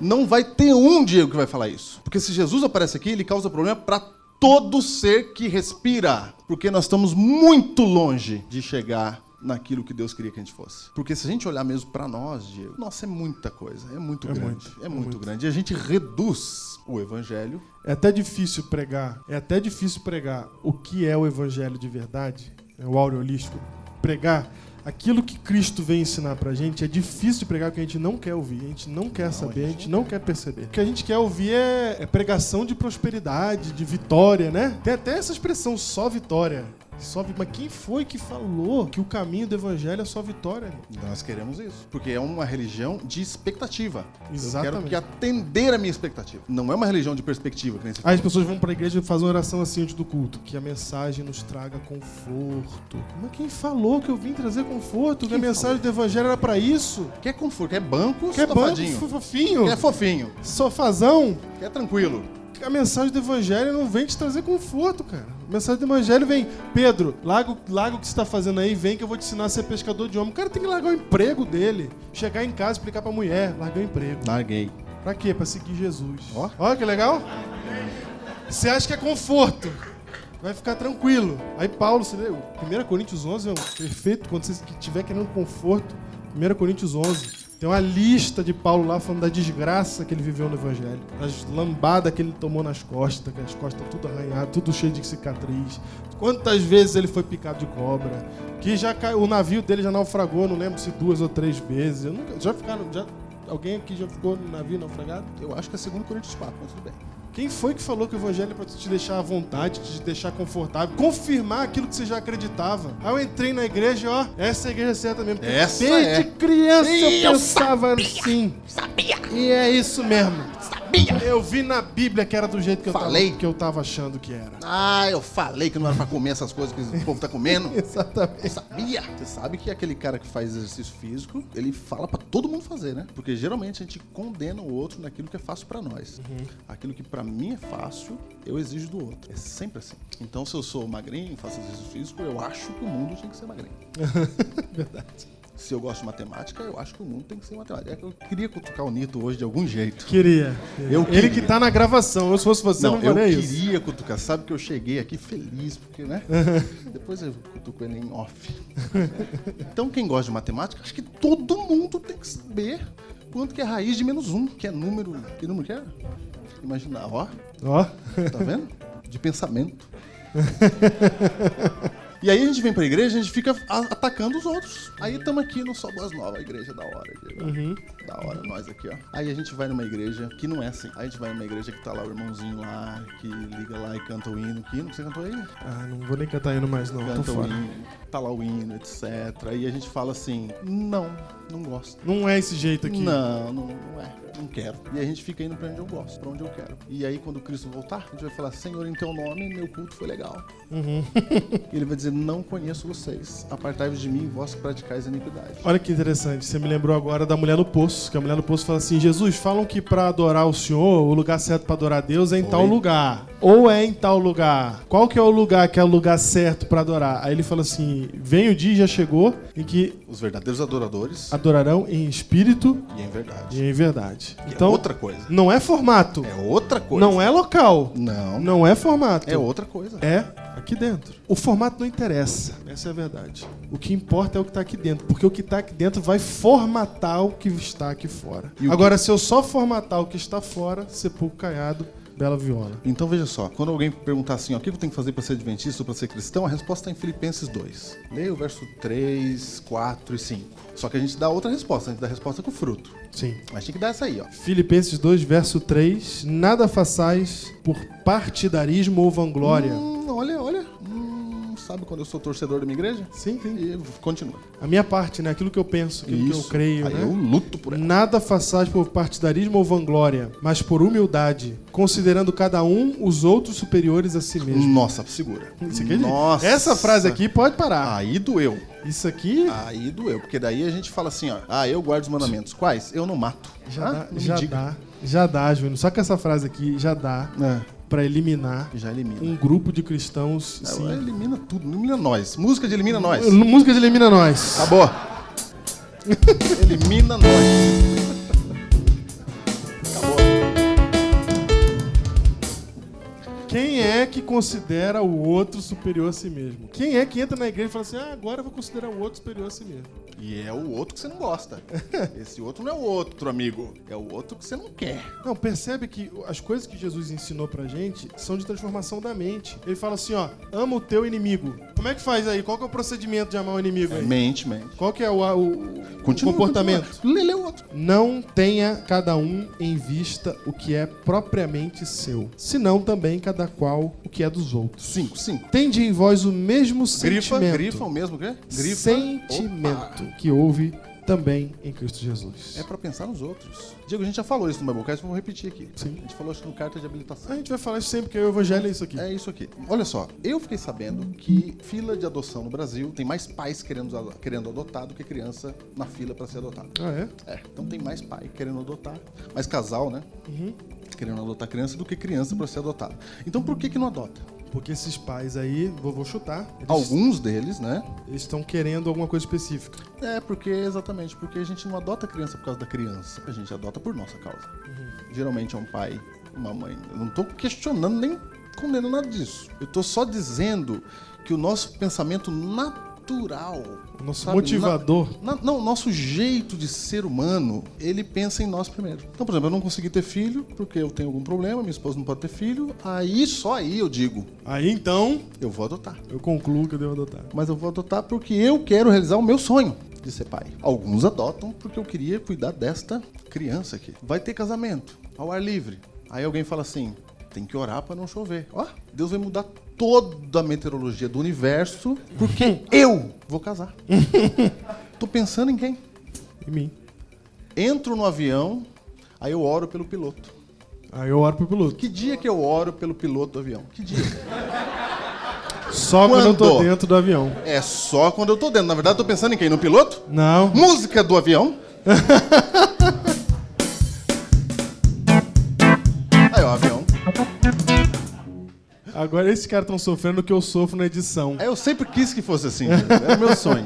B: Não vai ter um Diego que vai falar isso. Porque se Jesus aparece aqui, ele causa problema pra todo ser que respira. Porque nós estamos muito longe de chegar naquilo que Deus queria que a gente fosse. Porque se a gente olhar mesmo pra nós, Diego, nossa, é muita coisa, é muito
A: É
B: grande,
A: muito,
B: é muito, grande. E a gente reduz o evangelho.
A: É até difícil pregar, é até difícil pregar o que é o evangelho de verdade, é o aureolístico. Pregar aquilo que Cristo vem ensinar pra gente é difícil pregar porque a gente não quer ouvir, a gente não quer saber, a gente, não quer perceber. O que a gente quer ouvir é, é pregação de prosperidade, de vitória, né? Tem até essa expressão só vitória. Só, vi- mas quem foi que falou que o caminho do evangelho é só vitória? irmão?
B: Nós queremos isso, porque é uma religião de expectativa. Eu
A: Exatamente.
B: quero que atender a minha expectativa. Não é uma religião de perspectiva, que nem você
A: Aí as pessoas vão pra igreja e fazem uma oração assim antes do culto. Que a mensagem nos traga conforto. Mas quem falou que eu vim trazer conforto? que a mensagem do evangelho era pra isso?
B: Quer conforto, quer banco,
A: Quer banco
B: safadinho.
A: fo- fofinho?
B: Quer fofinho,
A: Sofazão?
B: quer tranquilo.
A: A mensagem do evangelho não vem te trazer conforto, cara. A mensagem do evangelho vem, Pedro, larga, o- larga o que você tá fazendo aí, vem que eu vou te ensinar a ser pescador de homem. O cara tem que largar o emprego dele. Chegar em casa e explicar pra mulher, largar o emprego.
B: Larguei.
A: Pra quê? Pra seguir Jesus.
B: Ó.
A: Olha que legal. Você acha que é conforto. Vai ficar tranquilo. Aí Paulo, você leu 1 Coríntios 11 é um perfeito quando você estiver querendo conforto. 1 Coríntios 11. Tem uma lista de Paulo lá falando da desgraça que ele viveu no Evangelho. Das lambadas que ele tomou nas costas, que as costas tudo arranhadas, tudo cheio de cicatriz. Quantas vezes ele foi picado de cobra. Que já caiu, o navio dele já naufragou, não lembro se duas ou três vezes. Eu nunca, já ficaram, já, alguém aqui já ficou no navio naufragado?
B: Eu acho que é 2 Coríntios 4, mas tudo bem.
A: Quem foi que falou que o evangelho é pra te deixar à vontade, te deixar confortável, confirmar aquilo que você já acreditava? Aí eu entrei na igreja, e, ó, essa é a igreja certa mesmo. porque
B: Essa
A: Desde
B: é.
A: criança eu pensava assim. Sabia. E é isso mesmo. Sabia. Eu vi na Bíblia que era do jeito que eu,
B: Falei.
A: Tava, que eu tava achando que era.
B: Ah, eu falei que não era pra comer essas coisas que o povo tá comendo.
A: Exatamente.
B: Eu sabia. Você sabe que aquele cara que faz exercício físico, ele fala pra todo mundo fazer, né? Porque geralmente a gente condena o outro naquilo que é fácil pra nós. Aquilo que pra mim é fácil, eu exijo do outro. É sempre assim. Então, se eu sou magrinho, faço exercício físico, eu acho que o mundo tinha que ser magrinho.
A: Verdade.
B: Se eu gosto de matemática, eu acho que o mundo tem que ser matemática. É que Eu queria cutucar o Nito hoje de algum jeito.
A: Queria.
B: Eu
A: Ele
B: queria.
A: que tá na gravação. Eu se fosse você, não,
B: Não, eu
A: faria
B: queria
A: isso.
B: cutucar. Sabe que eu cheguei aqui feliz, porque, né? Depois eu cutuco ele em off. então, quem gosta de matemática, acho que todo mundo tem que saber quanto que é raiz de menos um, que é número... Que número que é? Imaginar, ó.
A: Ó.
B: Tá vendo? De pensamento. E aí a gente vem pra igreja, a gente fica a- atacando os outros. Aí estamos aqui no Só Boas Novas, a igreja da hora. gente.
A: Uhum.
B: Da hora, nós aqui, ó. Aí a gente vai numa igreja que não é assim. Aí a gente vai numa igreja que tá lá o irmãozinho lá, que liga lá e canta o hino. Que hino que você cantou aí? né?
A: Ah, não vou nem cantar hino mais, não. Tô
B: Canta o
A: fora.
B: hino, tá lá o hino, etc. Aí a gente fala assim, não, não gosto.
A: Não é esse jeito aqui.
B: Não, não, não é. Não quero. E a gente fica indo pra onde eu gosto, pra onde eu quero. E aí, quando Cristo voltar, a gente vai falar, Senhor, em teu nome, meu culto foi legal.
A: Uhum.
B: e ele vai dizer, não conheço vocês. Apartai-vos de mim, vós que praticais a iniquidade.
A: Olha que interessante, você me lembrou agora da mulher no poço, que a mulher no poço fala assim: Jesus, falam que pra adorar o Senhor, o lugar certo pra adorar Deus é em tal lugar. Ou é em tal lugar. Qual que é o lugar que é o lugar certo pra adorar? Aí ele fala assim: vem o dia, e já chegou, em que
B: Os verdadeiros adoradores
A: adorarão em espírito
B: e é em verdade.
A: e em verdade.
B: Que
A: Então,
B: é outra coisa.
A: não é formato,
B: É outra coisa.
A: não é local,
B: Não.
A: não é formato.
B: É outra coisa.
A: É aqui dentro. O formato não interessa, essa é a verdade. O que importa é o que tá aqui dentro, porque o que tá aqui dentro vai formatar o que está aqui fora.
B: E o
A: Agora, se eu só formatar o que está fora, sepulcro caiado, bela viola.
B: Então veja só, quando alguém perguntar assim, ó, o que eu tenho que fazer para ser adventista ou para ser cristão, a resposta está em Filipenses 2. Leia o verso 3, 4 e 5. Só que a gente dá outra resposta, a gente dá a resposta com fruto.
A: Sim.
B: Mas tem que dar essa aí, ó.
A: Filipenses 2, verso 3. Nada façais por partidarismo ou vanglória.
B: Hum, olha, olha. Hum, sabe quando eu sou torcedor da minha igreja?
A: Sim, sim.
B: E continua.
A: A minha parte, né? Aquilo que eu penso, aquilo que eu
B: Isso.
A: creio,
B: Aí
A: né?
B: eu luto por ela.
A: Nada façais por partidarismo ou vanglória, mas por humildade, considerando cada um os outros superiores a si mesmo.
B: Nossa, segura.
A: Isso aqui é de-
B: Nossa.
A: Essa frase aqui pode parar.
B: Aí doeu.
A: Isso aqui
B: Aí doeu. Porque daí a gente fala assim, ó. Ah, eu guardo os mandamentos. Quais? Eu não mato.
A: já,
B: Ah,
A: dá,
B: não me
A: já
B: diga.
A: dá, já dá, Júnior. Só que essa frase aqui já dá
B: É,
A: pra eliminar
B: já elimina.
A: um grupo de cristãos.
B: Ela
A: Sim.
B: Elimina tudo, elimina nós. Música de elimina nós.
A: Música de Elimina Nós.
B: Acabou. elimina nós.
A: Quem é que considera o outro superior a si mesmo? Quem é que entra na igreja e fala assim: ah, agora eu vou considerar o outro superior a si mesmo?
B: E é o outro que você não gosta. Esse outro não é o outro, amigo. É o outro que você não quer.
A: Não, percebe que as coisas que Jesus ensinou pra gente são de transformação da mente. Ele fala assim, ó, ama o teu inimigo. Como é que faz aí? Qual que é o procedimento de amar o inimigo aí?
B: Mente, mente.
A: Qual que é o, o- o comportamento?
B: É Continua. Lê, lê o outro.
A: Não tenha cada um em vista o que é propriamente seu, senão também cada qual o que é dos outros.
B: Cinco, cinco.
A: Tende em vós o mesmo
B: Grifa,
A: sentimento,
B: grifa o mesmo quê? Grifa.
A: sentimento
B: Opa.
A: que houve também em Cristo Jesus.
B: É pra pensar nos outros. Diego, a gente já falou isso no Biblecast, vamos repetir aqui.
A: Sim.
B: A gente falou isso no carta de habilitação.
A: A gente vai falar isso sempre, porque o evangelho é isso aqui.
B: É isso aqui. Olha só, eu fiquei sabendo que fila de adoção no Brasil tem mais pais querendo, ado- querendo adotar do que criança na fila pra ser adotada.
A: Ah, é?
B: É, então tem mais pai querendo adotar, mais casal, né? Querendo adotar criança do que criança pra ser adotada. Então por que que não adota?
A: Porque esses pais aí, vou, vou chutar, eles-
B: Alguns deles, né?
A: eles estão querendo alguma coisa específica.
B: É, porque exatamente, porque a gente não adota criança por causa da criança, a gente adota por nossa causa.
A: Uhum.
B: Geralmente é um pai, uma mãe. Eu não tô questionando nem condenando nada disso. Eu tô só dizendo que o nosso pensamento natural,
A: O nosso
B: sabe,
A: motivador.
B: na- na- não, o nosso jeito de ser humano, ele pensa em nós primeiro. Então, por exemplo, eu não consegui ter filho porque eu tenho algum problema, minha esposa não pode ter filho. Aí só aí eu digo,
A: Aí então,
B: eu vou adotar
A: eu concluo que eu devo adotar.
B: mas eu vou adotar porque eu quero realizar o meu sonho de ser pai. Alguns adotam porque eu queria cuidar desta criança aqui. Vai ter casamento ao ar livre. Aí alguém fala assim: tem que orar para não chover. Ó, Deus vai mudar toda a meteorologia do universo porque eu vou casar. Tô pensando em quem?
A: Em mim.
B: Entro no avião, aí eu oro pelo piloto.
A: Aí eu oro pro piloto.
B: Que dia que eu oro pelo piloto do avião? Que dia?
A: Só quando, eu tô
B: Quando?
A: dentro do avião.
B: É só quando eu tô dentro. Na verdade, eu tô pensando em quem? No piloto?
A: Não.
B: Música do avião. Aí, ó, avião.
A: Agora esses caras estão sofrendo o que eu sofro na edição.
B: É, Eu sempre quis que fosse assim. gente. Era meu sonho.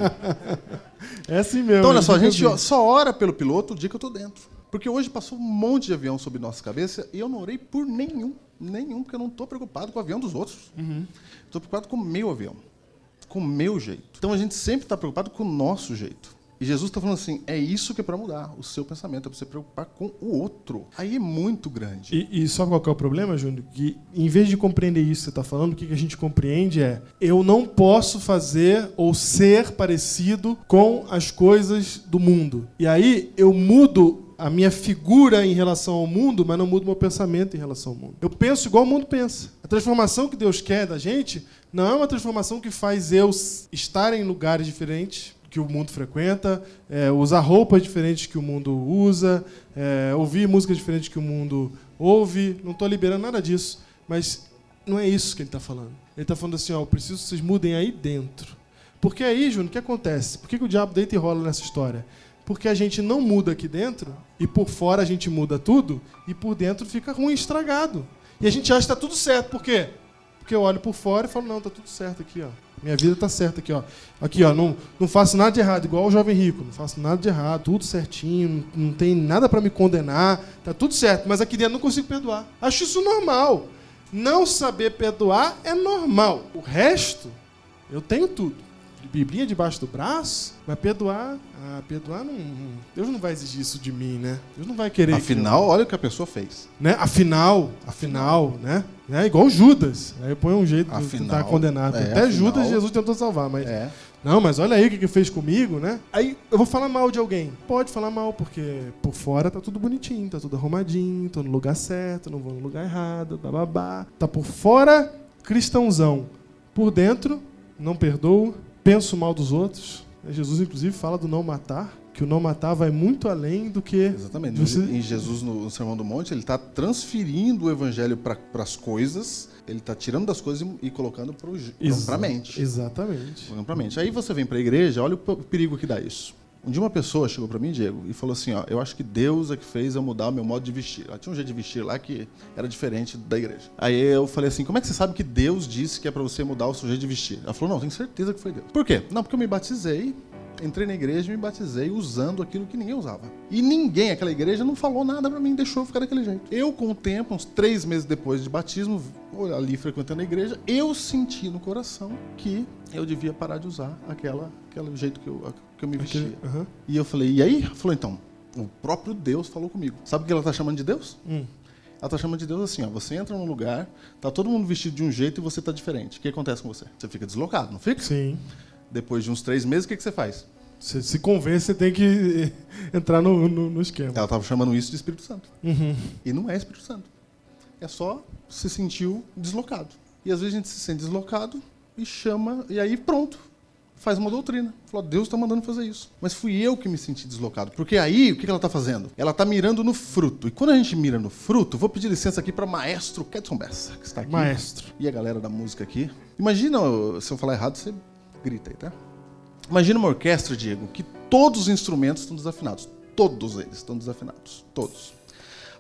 A: É assim mesmo.
B: Então, olha só, a gente
A: ó.
B: só ora pelo piloto o dia que eu tô dentro. Porque hoje passou um monte de avião sob nossa cabeça e eu não orei por nenhum. Nenhum, porque eu não tô preocupado com o avião dos outros. Tô preocupado com o meu avião. Com o meu jeito. Então a gente sempre tá preocupado com o nosso jeito. E Jesus está falando assim: é isso que é para mudar o seu pensamento, é para você preocupar com o outro. Aí é muito grande.
A: E, e sabe qual que é o problema, Júnior? Que em vez de compreender isso que você está falando, o que, que a gente compreende é eu não posso fazer ou ser parecido com as coisas do mundo. E aí eu mudo a minha figura em relação ao mundo, mas não mudo meu pensamento em relação ao mundo. Eu penso igual o mundo pensa. A transformação que Deus quer da gente não é uma transformação que faz eu s- estar em lugares diferentes que o mundo frequenta, é, usar roupas diferentes que o mundo usa, é, ouvir música diferente que o mundo ouve. Não estou liberando nada disso, mas não é isso que ele está falando. Ele está falando assim: ó, eu preciso que vocês mudem aí dentro. Porque aí, Júnior, o que acontece? Por que, que o diabo deita e rola nessa história? Porque a gente não muda aqui dentro, e por fora a gente muda tudo, e por dentro fica ruim, estragado. E a gente acha que tá tudo certo, por quê? Porque eu olho por fora e falo, não, tá tudo certo aqui, ó. Minha vida tá certa aqui, ó. Aqui, ó, não, não faço nada de errado, igual o jovem rico. Não faço nada de errado, tudo certinho, não, não tem nada pra me condenar, tá tudo certo, mas aqui dentro eu não consigo perdoar. Acho isso normal. Não saber perdoar é normal. O resto eu tenho tudo. Biblinha debaixo do braço, mas perdoar. Ah, perdoar não. não- Deus não vai exigir isso de mim, né? Deus não vai querer. que eu-
B: Afinal, olha o que a pessoa fez.
A: né? Afinal, afinal, né? É igual Judas. Aí põe um jeito de
B: Afinal,
A: tentar condenar.
B: é,
A: Até
B: afinal.
A: Judas Jesus tentou salvar, mas.
B: É.
A: Não, mas olha aí o que, que fez comigo, né? Aí eu vou falar mal de alguém. Pode falar mal, porque por fora tá tudo bonitinho, tá tudo arrumadinho, tô no lugar certo, não vou no lugar errado, bababá. Tá por fora, cristãozão. Por dentro, não perdoo, penso mal dos outros. Jesus, inclusive, fala do não matar, que o não matar vai muito além do que.
B: É, Exatamente.
A: Você-
B: No- Em Jesus, no no Sermão do Monte, ele está transferindo o evangelho para as coisas, ele está tirando das coisas e, e colocando para a mente.
A: Exatamente.
B: Colocando pra mente. Aí você vem para a igreja, olha o p- perigo que dá isso. Um dia uma pessoa chegou para mim, Diego, e falou assim: ó, eu acho que Deus é que fez eu mudar o meu modo de vestir. Ela tinha um jeito de vestir lá que era diferente da igreja. Aí eu falei assim: como é que você sabe que Deus disse que é para você mudar o seu jeito de vestir? Ela falou: não, tenho certeza que foi Deus. Por quê? Não, porque eu me batizei, entrei na igreja e me batizei usando aquilo que ninguém usava. E ninguém, aquela igreja, não falou nada pra mim, deixou eu ficar daquele jeito. Eu, com o tempo, uns três meses depois de batismo, ali frequentando a igreja, eu senti no coração que eu devia parar de usar aquela, aquele jeito que eu, que eu me vestia.
A: Aquele- aham.
B: E eu falei, e aí? Ela Falou, então, o próprio Deus falou comigo. Sabe o que ela tá chamando de Deus?
A: Hum.
B: Ela tá chamando de Deus assim, ó. Você entra num lugar, tá todo mundo vestido de um jeito e você tá diferente. O que acontece com você? Você fica deslocado, não fica?
A: Sim.
B: Depois de uns três meses, o que, que você faz?
A: Você se convence, você tem que entrar no, no, no esquema.
B: Ela tava chamando isso de Espírito Santo.
A: Uhum.
B: E não é Espírito Santo. É só se sentiu deslocado. E às vezes a gente se sente deslocado e chama, e aí pronto. Faz uma doutrina. Falou, Deus está mandando fazer isso. Mas fui eu que me senti deslocado. Porque aí, o que que ela está fazendo? Ela está mirando no fruto. E quando a gente mira no fruto, vou pedir licença aqui para maestro Ketson Bessa, que está aqui.
A: Maestro.
B: E a galera da música aqui. Imagina, se eu falar errado, você grita aí, tá? Imagina uma orquestra, Diego, que todos os instrumentos estão desafinados. Todos eles estão desafinados. Todos.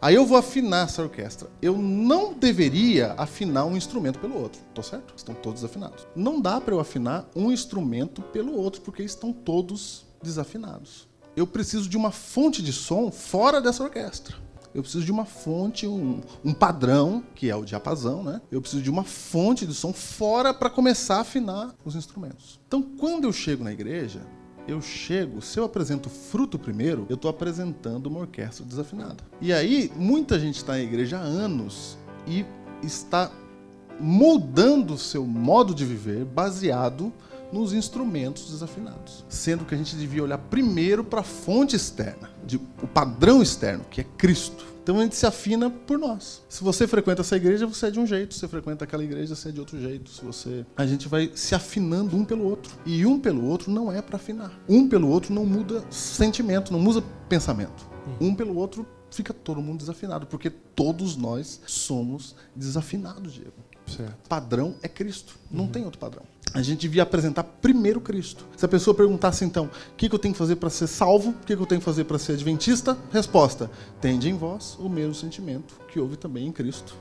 B: Aí eu vou afinar essa orquestra. Eu não deveria afinar um instrumento pelo outro. Tô certo? Estão todos desafinados. Não dá para eu afinar um instrumento pelo outro, porque estão todos desafinados. Eu preciso de uma fonte de som fora dessa orquestra. Eu preciso de uma fonte, um, um padrão, que é o diapasão, né? Eu preciso de uma fonte de som fora para começar a afinar os instrumentos. Então, quando eu chego na igreja, eu chego, se eu apresento fruto primeiro, eu tô apresentando uma orquestra desafinada. E aí, muita gente está na igreja há anos e está moldando o seu modo de viver baseado nos instrumentos desafinados, sendo que a gente devia olhar primeiro para a fonte externa, de- o padrão externo, que é Cristo. Então a gente se afina por nós. Se você frequenta essa igreja, você é de um jeito. Se você frequenta aquela igreja, você é de outro jeito. Se você, a gente vai se afinando um pelo outro. E um pelo outro não é para afinar. Um pelo outro não muda sentimento, não muda pensamento. Um pelo outro fica todo mundo desafinado, porque todos nós somos desafinados, Diego
A: Certo.
B: padrão é Cristo. Não
A: Uhum.
B: tem outro padrão. A gente devia apresentar primeiro Cristo. Se a pessoa perguntasse então, o que, que eu tenho que fazer para ser salvo? O que, que eu tenho que fazer para ser adventista? Resposta: tende em vós o mesmo sentimento que houve também em Cristo.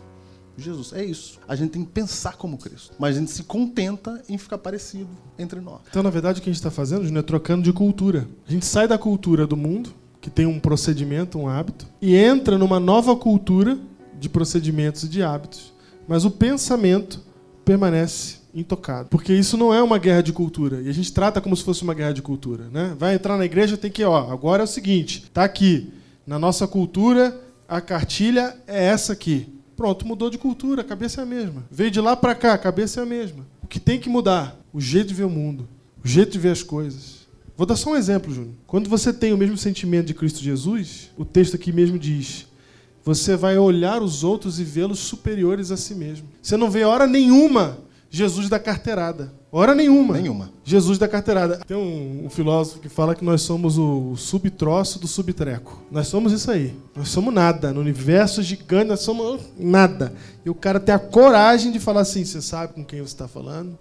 B: Jesus, é isso. A gente tem que pensar como Cristo. Mas a gente se contenta em ficar parecido entre nós.
A: Então, na verdade, o que a gente está fazendo, Júnior, é trocando de cultura. A gente sai da cultura do mundo, que tem um procedimento, um hábito, e entra numa nova cultura de procedimentos e de hábitos. Mas o pensamento permanece intocado. Porque isso não é uma guerra de cultura. E a gente trata como se fosse uma guerra de cultura, né? Vai entrar na igreja, tem que, ó, agora é o seguinte, tá aqui. Na nossa cultura, a cartilha é essa aqui. Pronto, mudou de cultura, a cabeça é a mesma. Veio de lá para cá, a cabeça é a mesma. O que tem que mudar? O jeito de ver o mundo, o jeito de ver as coisas. Vou dar só um exemplo, Júnior. Quando você tem o mesmo sentimento de Cristo Jesus, o texto aqui mesmo diz: você vai olhar os outros e vê-los superiores a si mesmo. Você não vê hora nenhuma Jesus da carteirada. Hora nenhuma.
B: Nenhuma.
A: Jesus da carteirada. Tem um, um filósofo que fala que nós somos o, o subtroço do subtreco. Nós somos isso aí. Nós somos nada. No universo gigante, nós somos nada. E o cara tem a coragem de falar assim: você sabe com quem você está falando?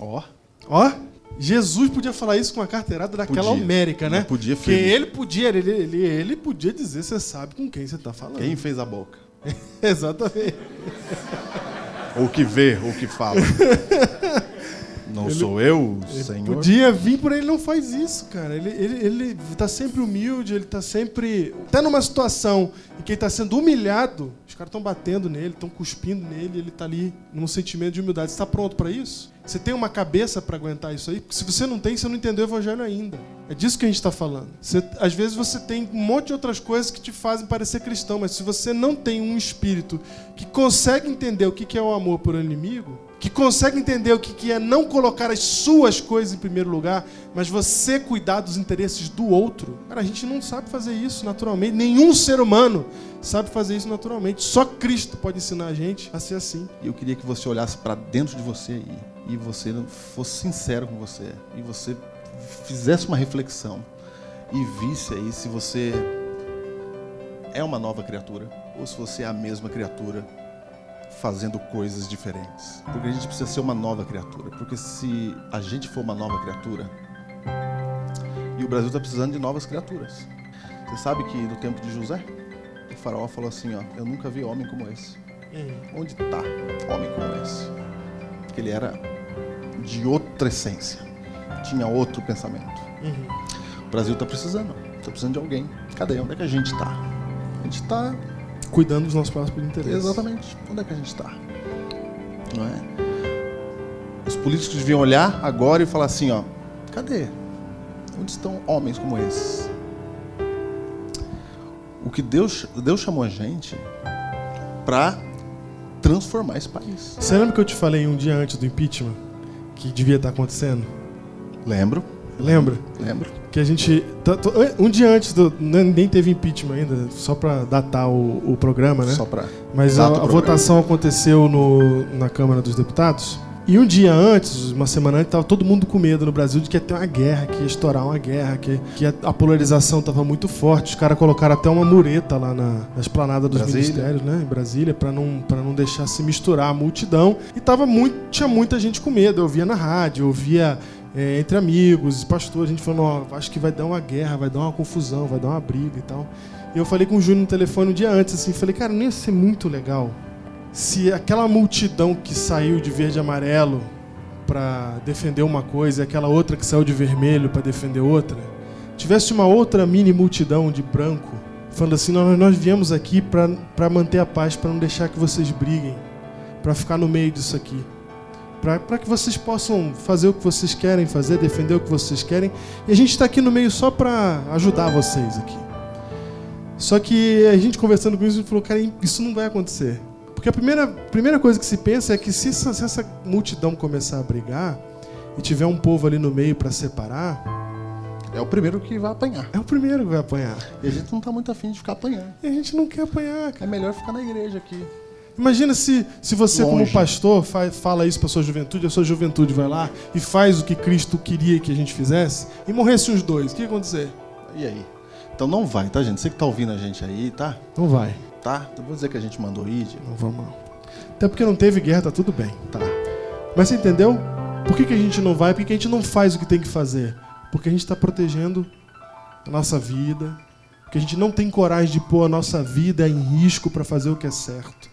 B: Ó.
A: Ó, Jesus podia falar isso com a carteirada daquela
B: Podia.
A: homérica, né?
B: Mas podia,
A: Porque
B: filho.
A: ele podia, ele, ele, ele podia dizer, você sabe com quem você tá falando.
B: Quem fez a boca?
A: Exatamente.
B: Ou que vê, ou que fala. Não sou eu, Senhor.
A: Podia vir, porém ele não faz isso, cara. Ele, ele, ele tá sempre humilde, ele tá sempre. Até numa situação em que ele tá sendo humilhado, os caras estão batendo nele, estão cuspindo nele, ele tá ali num sentimento de humildade. Você tá pronto pra isso? Você tem uma cabeça pra aguentar isso aí? Porque se você não tem, você não entendeu o evangelho ainda. É disso que a gente tá falando. Você- às vezes você tem um monte de outras coisas que te fazem parecer cristão, mas se você não tem um espírito que consegue entender o que que é o amor por inimigo, que consegue entender o que que é não colocar as suas coisas em primeiro lugar, mas você cuidar dos interesses do outro. Cara, a gente não sabe fazer isso naturalmente. Nenhum ser humano sabe fazer isso naturalmente. Só Cristo pode ensinar a gente a ser assim.
B: E eu queria que você olhasse pra dentro de você e, e você não- fosse sincero com você. E você fizesse uma reflexão e visse aí se você é uma nova criatura ou se você é a mesma criatura fazendo coisas diferentes. Porque a gente precisa ser uma nova criatura. Porque se a gente for uma nova criatura, e o Brasil está precisando de novas criaturas. Você sabe que no tempo de José, o faraó falou assim, ó, eu nunca vi homem como esse onde tá homem como esse? Porque ele era de outra essência, tinha outro pensamento. O Brasil tá precisando, tá precisando de alguém. Cadê? Onde é que a gente tá? A gente tá
A: Cuidando dos nossos próprios interesses.
B: Exatamente. Onde é que a gente está? Não é? Os políticos deviam olhar agora e falar assim, ó, cadê? Onde estão homens como esses? O que Deus, Deus chamou a gente para transformar esse país.
A: Você lembra que eu te falei um dia antes do impeachment que devia estar acontecendo?
B: Lembro,
A: Lembra?
B: lembro.
A: Que a gente. tá- tô- Um dia antes do. nem- Nem teve impeachment ainda, só pra datar o, o programa, né?
B: Só para.
A: Mas a,
B: Exato,
A: a
B: programa.
A: votação aconteceu no- na Câmara dos Deputados. E um dia antes, uma semana antes, estava todo mundo com medo no Brasil de que ia ter uma guerra, que ia estourar uma guerra, que, que a, a polarização estava muito forte. Os caras colocaram até uma mureta lá na, na esplanada dos
B: Brasília.
A: ministérios, né? Em Brasília, para não, pra não deixar se misturar a multidão. E tava muito, tinha muita gente com medo. Eu via na rádio, eu via é, entre amigos, pastor, a gente falando, ó, acho que vai dar uma guerra, vai dar uma confusão, vai dar uma briga e tal. E eu falei com o Júnior no telefone um dia antes, assim, falei, cara, não ia ser muito legal se aquela multidão que saiu de verde e amarelo pra defender uma coisa e aquela outra que saiu de vermelho pra defender outra, tivesse uma outra mini multidão de branco falando assim, nós, nós viemos aqui pra pra manter a paz, pra não deixar que vocês briguem, pra ficar no meio disso aqui. pra pra que vocês possam fazer o que vocês querem fazer, defender o que vocês querem. E a gente tá aqui no meio só pra ajudar vocês aqui. Só que a gente conversando com isso, a gente falou, cara, isso não vai acontecer. Porque a primeira, primeira coisa que se pensa é que se essa, se essa multidão começar a brigar e tiver um povo ali no meio pra separar,
B: É o primeiro que vai apanhar.
A: é o primeiro que vai apanhar.
B: E a gente não tá muito afim de ficar apanhando.
A: E a gente não quer apanhar, cara.
B: É melhor ficar na igreja aqui.
A: Imagina se, se você, como
B: Longe.
A: pastor, fa- fala isso pra sua juventude, a sua juventude vai lá e faz o que Cristo queria que a gente fizesse e morresse os dois. O que ia acontecer?
B: E aí? Então não vai, tá, gente? Você que tá ouvindo a gente aí, tá?
A: Não vai.
B: Tá? Eu vou dizer que a gente mandou ir.
A: Não vamos. não. Até porque não teve guerra, tá tudo bem.
B: Tá.
A: Mas você entendeu? Por que, que a gente não vai? Por que, que a gente não faz o que tem que fazer? Porque a gente está protegendo a nossa vida. Porque a gente não tem coragem de pôr a nossa vida em risco para fazer o que é certo.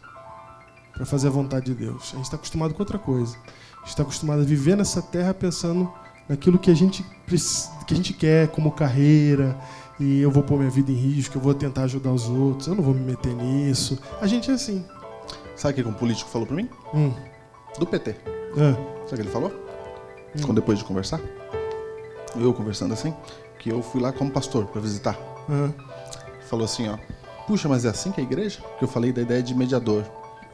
A: Para fazer a vontade de Deus. A gente está acostumado com outra coisa. A gente está acostumado a viver nessa terra pensando naquilo que a gente, preci- que a gente quer como carreira. E eu vou pôr minha vida em risco, eu vou tentar ajudar os outros, eu não vou me meter nisso. A gente é assim.
B: Sabe o que que um político falou pra mim?
A: Hum.
B: do PT.
A: Ah,
B: Sabe o que ele falou?
A: Hum.
B: Com- Depois de conversar? Eu conversando assim, que eu fui lá como pastor pra visitar.
A: ah.
B: Falou assim, ó. Puxa, mas é assim que é a igreja? Que eu falei da ideia de mediador,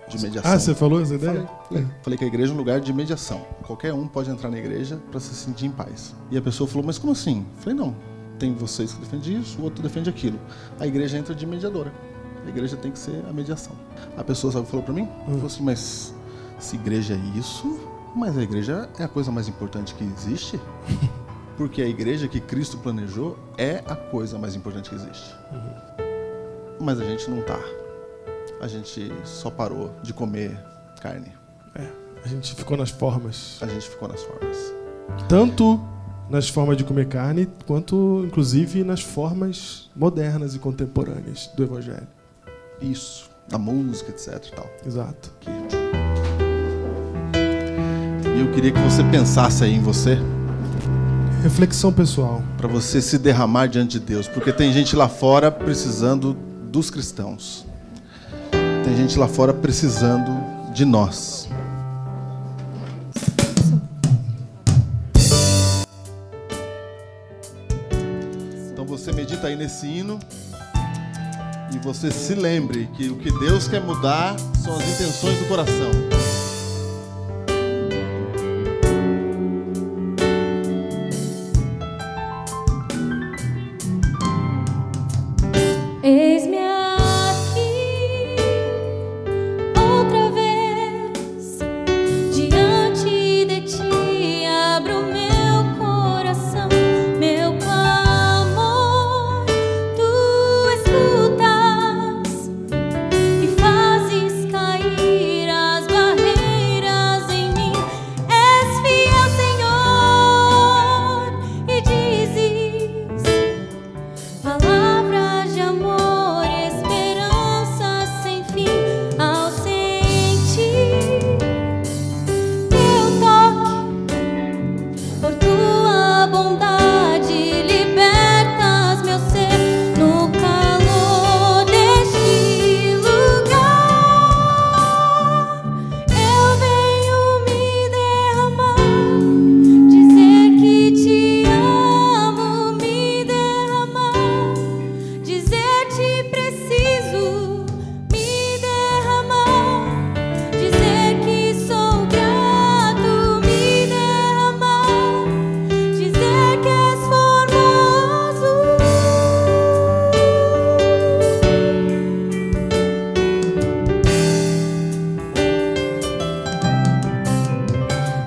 B: de mediação.
A: Ah, você falou essa
B: Falei,
A: ideia?
B: falei, Falei que a igreja é um lugar de mediação. Qualquer um pode entrar na igreja para se sentir em paz. E a pessoa falou, mas como assim? Falei, não. Tem vocês que defendem isso, o outro defende aquilo. A igreja entra de mediadora. A igreja tem que ser a mediação. A pessoa sabe o que falou para mim? Falou assim, mas se igreja é isso, mas a igreja é a coisa mais importante que existe? Porque a igreja que Cristo planejou é a coisa mais importante que existe. Mas a gente não tá. A gente só parou de comer carne.
A: A gente ficou nas formas.
B: A gente ficou nas formas.
A: Tanto nas formas de comer carne, quanto, inclusive, nas formas modernas e contemporâneas do evangelho.
B: Isso. Da música, etc e tal.
A: Exato.
B: Que- E eu queria que você pensasse aí em você,
A: Reflexão pessoal.
B: para você se derramar diante de Deus. Porque tem gente lá fora precisando dos cristãos. Tem gente lá fora precisando de nós. Então você medita aí nesse hino e você se lembre que o que Deus quer mudar são as intenções do coração.
D: Eis-me aqui outra vez diante de ti. Abro meu coração, meu clamor. Tu escutas e fazes cair as barreiras em mim. És fiel, Senhor, e dizes. Palavras de amor, esperança sem fim. Ao sentir teu toque, por tua bondade, libertas meu ser no calor deste lugar. Eu venho me derramar. Dizer que te amo, me derramar. Dizer te preciso, me derramar. Dizer que sou grato, me derramar. Dizer que és formoso.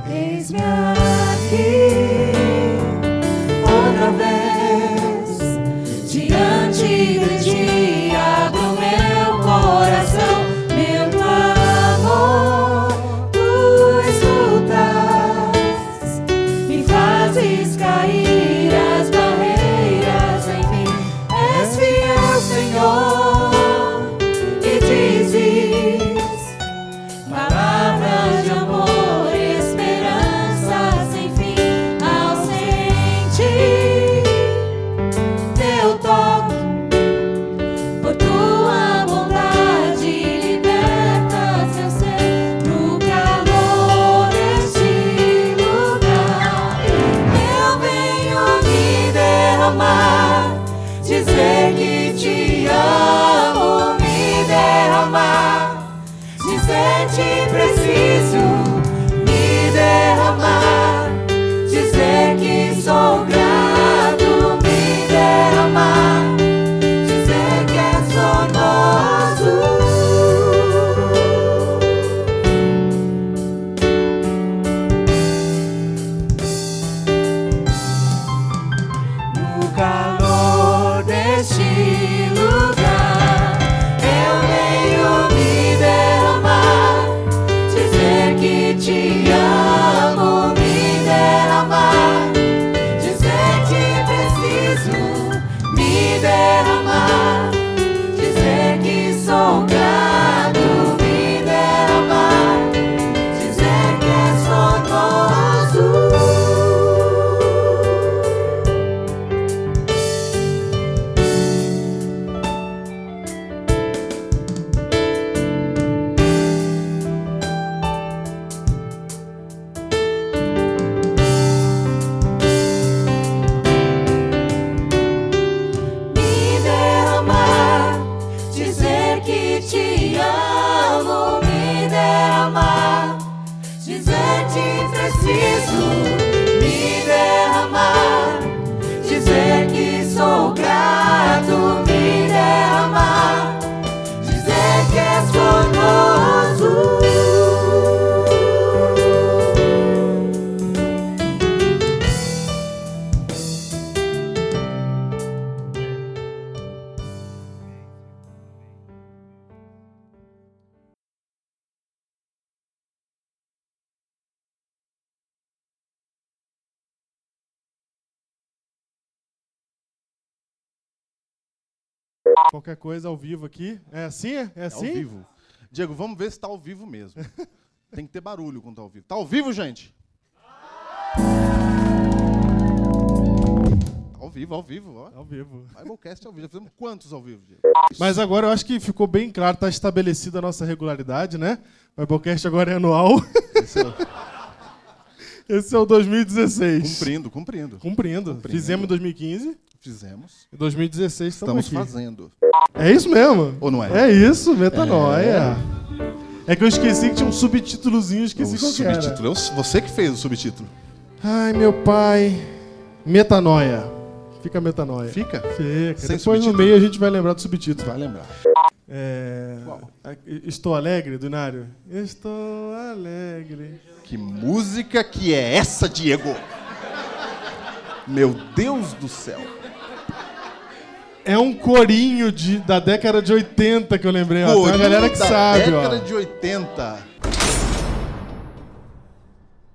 C: Eis-me aqui outra vez diante de ti. Abro meu coração, meu clamor. Tu escutas, me fazes cair as barreiras em mim. És fiel, Senhor, e dizes. Palavras de amor, esperança sem fim. Ao sentir teu toque, por tua bondade, liberta seu ser no calor deste lugar. Eu venho me derramar, dizer que te amo, me derramar. Dizer te preciso me derramar, dizer que sou grato, me derramar, dizer que és formoso. No calor deste é lugar, eu venho me derramar, dizer que
A: Qualquer coisa ao vivo aqui. É assim? É
B: Tá Ao
A: assim?
B: vivo. Diego, vamos ver se tá ao vivo mesmo. Tem que ter barulho quando tá ao vivo. Tá ao vivo, gente? Ao vivo, ao vivo, ó.
A: Ao vivo.
B: Biblecast ao vivo. Já fizemos quantos ao vivo, Diego?
A: Mas agora eu acho que ficou bem claro, tá estabelecida a nossa regularidade, né? O Biblecast agora é anual. é
B: Esse eu-
A: Esse é o 2016.
B: Cumprindo, cumprindo.
A: Cumprindo. Fizemos em 2015.
B: Fizemos.
A: Em 2016 estamos,
B: Estamos
A: aqui.
B: fazendo.
A: É isso mesmo?
B: Ou não é?
A: É isso, metanoia. É. que eu esqueci que tinha um subtítulozinho, eu esqueci
B: o
A: qual que era.
B: Um subtítulo. Eu- Você que fez o subtítulo.
A: Ai, meu pai. Metanoia. Fica metanoia.
B: Fica.
A: Fica.
B: Sem
A: Depois
B: subtítulo?
A: no meio a gente vai lembrar do subtítulo.
B: Vai lembrar.
A: É...
B: Qual?
A: a- Estou alegre, Dunário? Estou alegre.
B: Que música que é essa, Diego? Meu Deus do céu.
A: É um corinho de, da década de 80 que eu lembrei. ó. Tem uma
B: Corinho
A: galera que
B: da
A: sabe, ó.
B: década de 80.